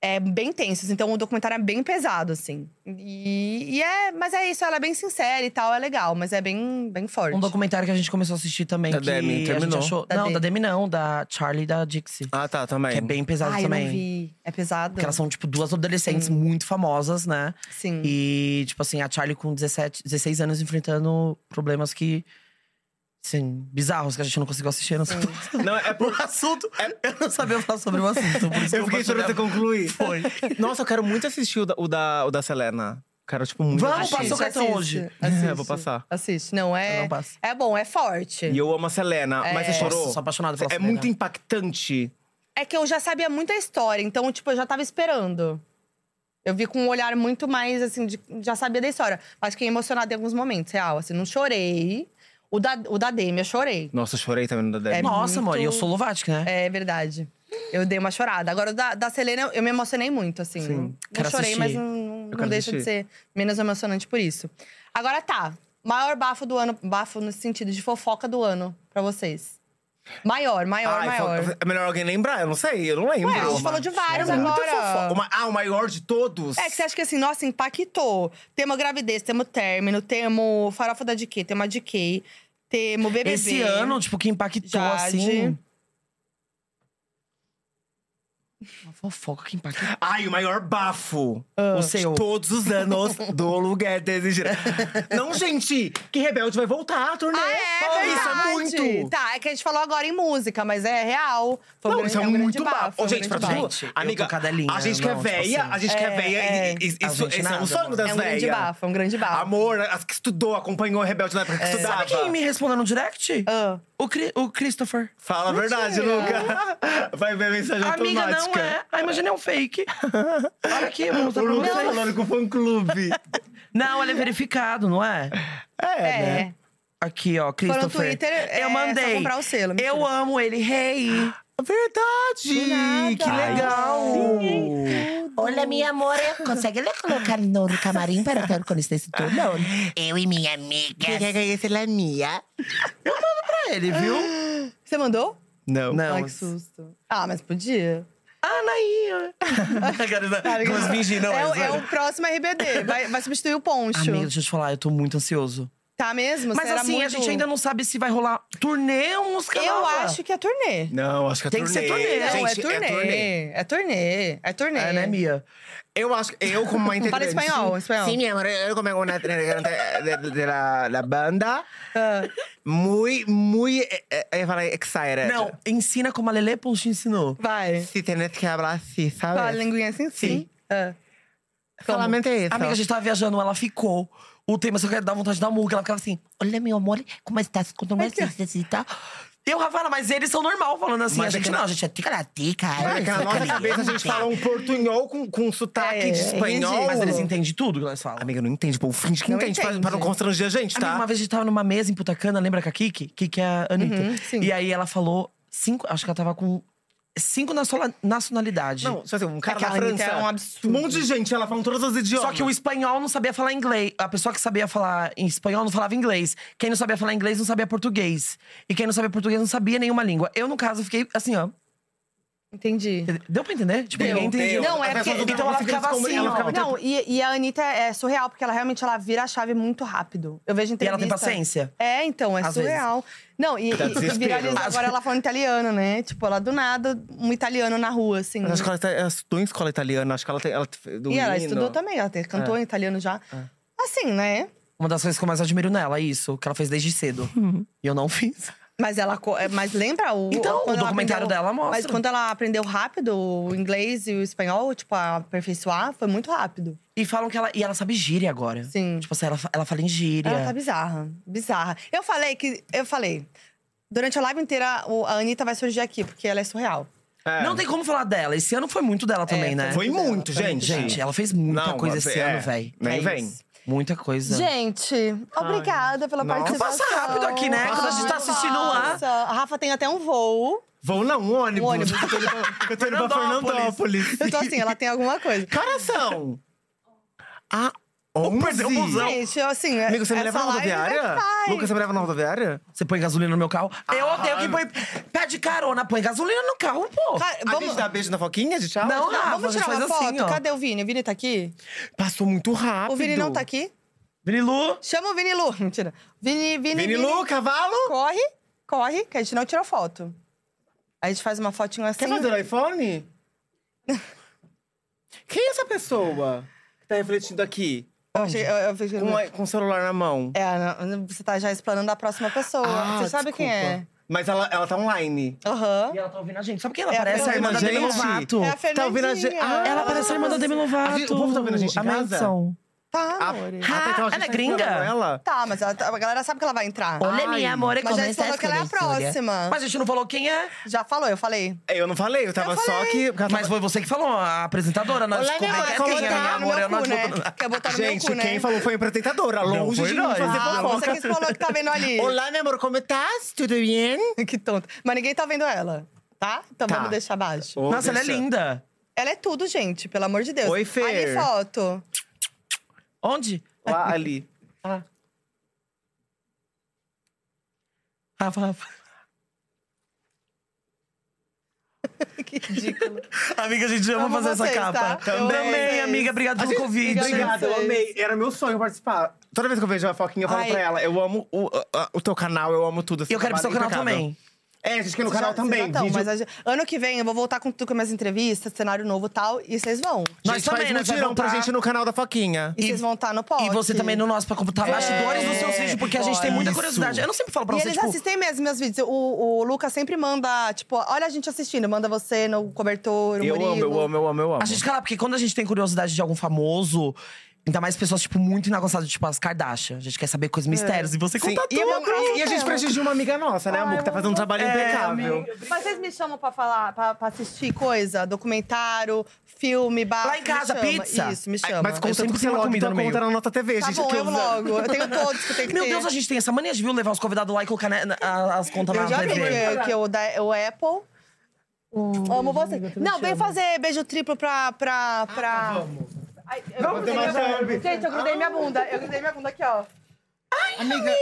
S1: É bem tensos. Então o documentário é bem pesado, assim. E, e é, mas é isso. Ela é bem sincera e tal. É legal, mas é bem, bem forte.
S3: Um documentário que a gente começou a assistir também.
S2: Da
S3: que
S2: Demi,
S3: A
S2: terminou.
S3: gente achou...
S1: Da
S3: não,
S1: Demi.
S3: da Demi não, da Charlie e da Dixie.
S2: Ah, tá, também.
S3: Que é bem pesado
S1: Ai,
S3: também.
S1: eu não vi. É pesado.
S3: Porque elas são, tipo, duas adolescentes muito famosas, né?
S1: Sim.
S3: E, tipo assim, a Charlie com 17, 16 anos enfrentando problemas que. Assim, bizarros que a gente não conseguiu assistir. Não sabe
S2: Não, é por...
S3: o assunto. Eu não sabia falar sobre o assunto. Por isso
S2: Eu fiquei esperando você concluir.
S3: Foi.
S2: Nossa, eu quero muito assistir o da, o da, o da Selena. Quero, tipo, muito
S3: Vamos,
S2: assistir.
S3: passou o cartão hoje.
S2: É, vou passar.
S1: Assiste. Não, é.
S3: Eu não passo.
S1: É bom, é forte.
S2: E eu amo a Selena. Mas você
S1: É.
S2: chorou?
S3: Nossa, sou apaixonada pela
S2: É
S3: Selena.
S2: muito impactante.
S1: É que eu já sabia muita história, então, tipo, eu já tava esperando. Eu vi com um olhar muito mais, assim, de- já sabia da história. Mas fiquei emocionada em alguns momentos, real. Assim, não chorei. O da, o da Demi, eu chorei.
S2: Nossa, eu chorei também no da Demi.
S1: É
S3: Nossa,
S1: muito-
S3: amor, e eu sou Lovatic, né?
S1: É verdade. Eu dei uma chorada. Agora, o da, da Selena, eu- eu me emocionei muito, assim.
S2: Sim.
S1: Não
S3: Quero
S1: chorei,
S3: assistir.
S1: mas não, não- não
S2: quero
S1: deixa de
S2: assistir.
S1: ser menos emocionante por isso. Agora tá. Maior bafo do ano, bafo no sentido de fofoca do ano pra vocês. Maior, maior,
S2: Ai,
S1: maior.
S2: fo- É melhor alguém lembrar? Eu não sei, eu não lembro.
S1: Ué, a gente falou de vários
S2: É muita
S1: agora.
S2: fofo- uma- ah, o maior de todos?
S1: É que você acha que assim, nossa, impactou. Temos gravidez, temos término, temos farofa da DQ, temos a DQ, temos BBB.
S3: Esse ano, tipo, que impactou,
S1: Jade.
S3: assim. Uma fofoca que impactou.
S2: Ai, o maior bafo.
S3: o seu.
S2: De todos os anos do lugar desejado. Não, gente, que Rebelde vai voltar a turnê.
S1: Ah, é,
S2: Olha,
S1: verdade.
S2: Isso é muito.
S1: Tá, é que a gente falou agora em música, mas é real. Foi um
S2: Não,
S1: grande-
S2: isso é
S1: um grande
S2: muito bafo.
S1: foi
S2: Ô,
S1: um
S2: gente, pra
S1: grande
S3: tudo.
S1: bafo.
S2: tu,
S3: Gente, eu tô
S2: amiga,
S3: cadelinha,
S2: a gente
S3: não,
S2: que é
S3: tipo
S2: véia,
S3: assim.
S2: a gente que é
S1: É,
S2: véia,
S1: é.
S2: e- e-
S3: A
S2: isso,
S3: gente
S2: esse é o
S3: nada,
S2: sonho
S3: amor.
S2: das
S1: É um grande
S2: véias.
S1: bafo, é um grande bafo.
S2: Amor, as que estudou, acompanhou o Rebelde na época que estudava.
S3: Sabe quem me respondeu no direct?
S1: Ah.
S3: O, Cri- o Christopher.
S2: Fala a verdade, Luca. Vai ver a mensagem
S3: Amiga, não
S2: automática.
S3: é. A imagem é um fake. Olha aqui, eu vou mostrar
S2: O
S3: pra
S1: um
S2: Luca
S3: vocês.
S2: falando com o fã-clube.
S3: Não, ele é verificado, não é?
S2: É,
S1: É.
S2: né?
S3: Aqui, ó,
S1: Foi
S3: Christopher.
S1: no Twitter, é,
S3: eu mandei.
S1: só comprar o selo. mentira.
S3: eu amo ele, rei. Hey.
S2: Verdade! Que
S1: nada.
S2: legal!
S5: Hola, mi amor. Conseguele colocar no camarim para estar con este cinturón. Eu y mi amiga.
S3: Pra É, ele, viu?
S1: Você mandou?
S2: Não.
S3: Não.
S1: Ai, que susto. Ah, mas podia.
S3: Anaí. Vamos fingir, não.
S1: Tá é,
S3: mas
S1: o- é
S3: olha.
S1: o próximo RBD, vai, vai substituir o Poncho.
S3: Amiga, deixa eu te falar, eu tô muito ansioso.
S1: Tá
S2: Tipo,
S1: mesmo?
S3: Mas
S1: Será
S3: assim, a
S1: muito-
S3: gente ainda não sabe se vai rolar turnê ou música
S1: Eu
S3: nova.
S1: acho que é turnê.
S2: Não, acho que é
S3: Tem que
S2: turnê.
S3: ser turnê.
S1: Não,
S2: Gente,
S1: é turnê. É turnê. É turnê. É turnê.
S3: É, né, Mia?
S2: Eu acho que eu, como uma integrante…
S1: Fala espanhol, espanhol.
S2: Sim, minha amor, eu como uma integrante de- de- da da banda,
S1: Ah.
S2: muito, muito… eh, eh, Eu ia falar excited.
S3: Não, ensina como a Lele Pons te ensinou.
S1: Vai.
S2: Se tienes que hablar assim,
S1: Fala a
S2: sabe?
S1: linguinha assim, sim.
S2: Sim.
S1: Ah.
S2: Solamente isso.
S3: Amiga, a gente tava viajando, ela ficou. O tema só quer dar vontade da música. Ela ficava assim.
S5: Olha, meu amor, como estás? Quanto mais necessita?
S3: Eu, Rafaela, mas eles são normal falando assim.
S2: Mas
S3: a
S2: é
S3: gente
S2: que
S3: não,
S2: na-
S3: a gente é tica.
S5: Cara, ti, cara.
S2: É que na nossa cabeça a gente fala um portunhol com, com sotaque
S1: É,
S2: de
S1: é
S2: espanhol.
S1: ridículo.
S3: Mas eles entendem tudo que nós falamos.
S2: Amiga, não entende. Pô, finge que
S1: Não
S2: entende, pra-
S1: entende.
S2: Pra, não constranger a gente,
S3: Amiga,
S2: tá?
S3: uma vez a gente tava numa mesa em Putacana, lembra com a Kiki? Kiki é a Anitta.
S1: Uhum, sim.
S3: E aí ela falou cinco, acho que ela tava com cinco nacional- nacionalidades.
S2: Não, só assim, um cara da
S1: Aquela
S2: França.
S1: Anitta é um
S2: Um
S1: absurdo.
S2: monte de gente, ela fala todos os idiomas.
S3: Só que o espanhol não sabia falar inglês. A pessoa que sabia falar em espanhol não falava inglês. Quem não sabia falar inglês não sabia português. E quem não sabia português não sabia nenhuma língua. Eu, no caso, fiquei assim, ó.
S1: Entendi.
S3: Deu pra entender? Tipo,
S1: Deu,
S3: ninguém entendeu.
S1: deu. Não, é
S2: As pessoas
S1: porque-
S2: não
S3: então ela
S2: conseguiam
S3: ficava
S2: se comunicar,
S3: assim,
S2: ela
S3: ó.
S2: ficava
S1: Não, e, e a Anitta é surreal, porque ela realmente ela vira a chave muito rápido. Eu vejo
S3: E ela
S1: entrevista.
S3: tem paciência.
S1: É, então, é
S3: Às
S1: surreal. Não, e,
S2: Dá
S1: e- e
S2: desespero.
S1: viraliza agora ela falando italiano, né? Tipo, ela do nada, um italiano na rua, assim.
S2: Mas acho que ela, é tá- ela estudou em escola italiana, acho que ela tem. Ela, te- do
S1: E ela
S2: hino.
S1: estudou também, ela te- cantou em italiano já. Assim, né?
S3: Uma das coisas que eu mais admiro nela é isso, que ela fez desde cedo.
S1: Uhum.
S3: E eu não fiz.
S1: Mas ela. co- é, Mas lembra o.
S3: Então,
S1: quando
S3: o
S1: ela
S3: documentário
S1: aprendeu-
S3: dela mostra.
S1: Mas quando ela aprendeu rápido o inglês e o espanhol, tipo, a aperfeiçoar, foi muito rápido.
S3: E falam que ela. E ela sabe gíria agora.
S1: Sim.
S3: Tipo assim, ela, fa- ela fala em gíria.
S1: Ela tá bizarra, bizarra. Eu falei que. Eu falei. Durante a live inteira, o- a Anitta vai surgir aqui, porque ela é surreal.
S2: É.
S3: Não tem como falar dela. Esse ano foi muito dela também, né?
S2: Foi muito,
S1: Foi
S2: gente.
S3: Gente, ela fez muita
S2: Não,
S3: coisa
S2: mas
S3: esse
S2: é.
S3: ano, véi.
S2: Nem
S3: É
S2: vem.
S3: isso. Muita coisa.
S1: Gente, obrigada pela
S2: Nossa.
S1: participação.
S3: Passa rápido aqui, né?
S2: Quando a gente
S3: tá assistindo lá.
S1: Nossa, A Rafa tem até um voo.
S2: Vou não, um ônibus.
S1: Um ônibus.
S2: Eu tô indo pra, eu tô indo pra
S3: Fernandópolis.
S2: Fernandópolis.
S1: Eu tô assim, ela tem alguma coisa.
S2: Coração! Ah,
S3: perdeu o
S2: 11?
S3: busão.
S1: Gente, eu, assim.
S2: Amigo, você me
S1: essa
S2: leva na
S1: live
S2: rodoviária?
S1: nunca sai.
S2: Lucas, você me leva na rodoviária?
S3: Você põe gasolina no meu carro? eu odeio que põe. Pede carona, põe gasolina no carro, pô.
S1: Cara,
S2: A
S1: vamos,
S2: gente dá beijo na foquinha de tchau?
S3: Não,
S1: não,
S3: Rafa,
S1: vamos
S3: a gente
S1: tirar uma
S3: faz assim,
S1: foto.
S3: ó.
S1: Cadê o Vini? O Vini tá aqui?
S2: Passou muito rápido.
S1: O Vini não tá aqui?
S3: Vinilu.
S1: Chama o Vini Lu. Mentira. Vini, Vini,
S2: Vini Lu, cavalo?
S1: Corre, corre, que a gente não tirou foto. A gente faz uma fotinho assim.
S2: Quer fazer o iPhone? Quem é essa pessoa que tá refletindo aqui?
S1: Eu achei- eu- eu fiz-
S2: Com, a- com o celular na mão.
S1: É, não, você tá já explanando a próxima pessoa.
S2: Ah,
S1: você sabe quem é?
S2: desculpa. Mas ela, ela tá online.
S1: Aham.
S3: E ela tá ouvindo a gente. Sabe quem ela
S1: É,
S3: parece?
S1: tá
S3: A irmã da
S2: ouvindo a
S3: Demi
S2: gente.
S3: Lovato.
S1: É a Fernandinha.
S2: Tá ouvindo a gente? Ah,
S3: Ela parece a irmã da Demi Lovato.
S2: A gente- o povo tá ouvindo a gente em casa?
S3: menção.
S1: Tá,
S2: A-
S1: amor.
S2: até então a
S3: ela
S2: gente
S3: é
S2: tá
S3: gringa?
S2: explorando Ela.
S1: Tá, mas ela- a galera sabe que ela vai entrar.
S5: Olha,
S2: Ai.
S5: minha amor,
S1: mas
S5: como
S1: já
S5: estás?
S2: tá
S1: falou que ela é a próxima. tá
S3: Mas a gente não falou quem é.
S1: Já falou, eu falei.
S2: Eu não falei, eu tava só aqui.
S3: Mas foi você que falou, a apresentadora. Nós
S2: Olá, minha
S3: como
S2: amor,
S3: é
S2: como
S3: quem é,
S2: tá?
S3: minha
S1: no meu
S3: amor? Eu não
S1: cu, né?
S3: adianto-
S1: Quer botar no
S2: Gente,
S1: meu cu,
S2: quem
S1: né?
S2: falou foi a apresentadora, longe
S3: foi
S2: de mim
S3: nós.
S2: fazer
S1: Ah, você
S2: fofoca.
S1: que falou que tá vendo ali.
S2: Olá, meu amor, como estás? Tudo bem?
S1: que tonto. Mas ninguém tá vendo ela, tá? Então
S2: Tá.
S1: vamos deixar abaixo.
S2: Vou
S3: Nossa, ela é
S2: deixar.
S3: linda.
S1: Ela é tudo, gente, pelo amor de Deus.
S2: Oi, Fer.
S1: Ali, foto.
S3: Onde?
S2: Lá, ali.
S3: Rafa, Rafa.
S1: que ridículo.
S3: Amiga, a gente ama
S1: Amo
S3: fazer essa
S1: vocês,
S3: capa.
S1: tá? Eu amo
S3: Também,
S1: vocês.
S3: amiga. Obrigado pelo convite.
S1: obrigada.
S2: Obrigado, eu amei. Era meu sonho participar. Toda vez que eu vejo a Foquinha, eu falo
S1: Ai.
S2: pra ela: eu amo o, a- a- o teu canal, eu amo tudo. assim,
S3: E eu quero ir pro seu canal
S2: impecável.
S3: também.
S2: É, a gente quer ir no
S1: Vocês
S2: canal
S1: já- vocês
S2: também.
S1: já tão,
S2: vídeo.
S1: mas a gente- ano que vem eu vou voltar com tudo com minhas entrevistas, cenário novo e tal, e vocês vão.
S3: Nós
S2: gente,
S3: também, né,
S2: faz
S3: nós vai
S2: mutirão pra
S3: voltar.
S2: gente no canal da Foquinha.
S1: E,
S3: E-
S1: vocês vão estar no palco.
S3: E você também no nosso, pra computar bastidores dos seus vídeos, porque a gente tem muita
S2: Isso.
S3: curiosidade. Eu não sempre falo pra
S1: É. E
S3: você,
S1: eles
S3: tipo…
S1: assistem mesmo meus vídeos. O, o Lucas sempre manda, tipo, olha a gente assistindo. Manda você no cobertor, o
S2: Eu amo, eu
S1: Murilo.
S2: amo, eu amo, eu amo.
S3: A gente cala, porque quando a gente tem curiosidade de algum famoso… Ainda mais pessoas, tipo, muito inagostadas, tipo as Kardashian. A gente quer saber coisas mistérios. E você
S2: Sim.
S3: conta
S2: E, eu-
S3: tudo. É.
S2: e- e a gente prestigia uma amiga nossa, né, amor? Que tá fazendo um trabalho impecável.
S1: Mas vocês me chamam pra falar, pra, pra assistir coisa? Documentário, filme, bar.
S3: Lá em
S1: me
S3: casa,
S1: chama.
S3: pisa.
S1: Isso, me chama.
S2: Ai, Mas
S3: Eu
S2: conta
S3: sempre
S2: tudo que você
S3: tenho uma
S2: logo
S3: comida
S2: então
S3: no meio.
S2: conta na nota TV,
S1: Tá
S2: gente.
S1: bom,
S2: que
S1: eu
S2: usa-
S1: logo. Eu tenho todos que tem que
S3: Meu
S1: ter.
S3: Deus, a gente tem essa mania de viu, levar os convidados lá e colocar né, na- a- as contas
S1: Eu
S3: na
S1: já vi né?
S3: TV.
S1: que, que o, da, o Apple. Amo você. Não, vem fazer beijo triplo pra. pra, pra... Ai, eu grudei
S2: fazer uma
S1: minha bunda.
S2: thumb.
S1: Gente, eu grudei minha bunda. Eu grudei minha bunda aqui, ó.
S2: Amiga,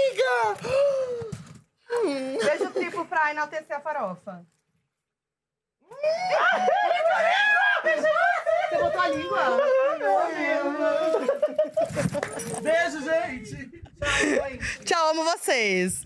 S1: Beijo triplo pra enaltecer a farofa. Você botou a
S3: a língua. Beijo, gente. Tchau, mãe.
S1: Tchau, amo vocês.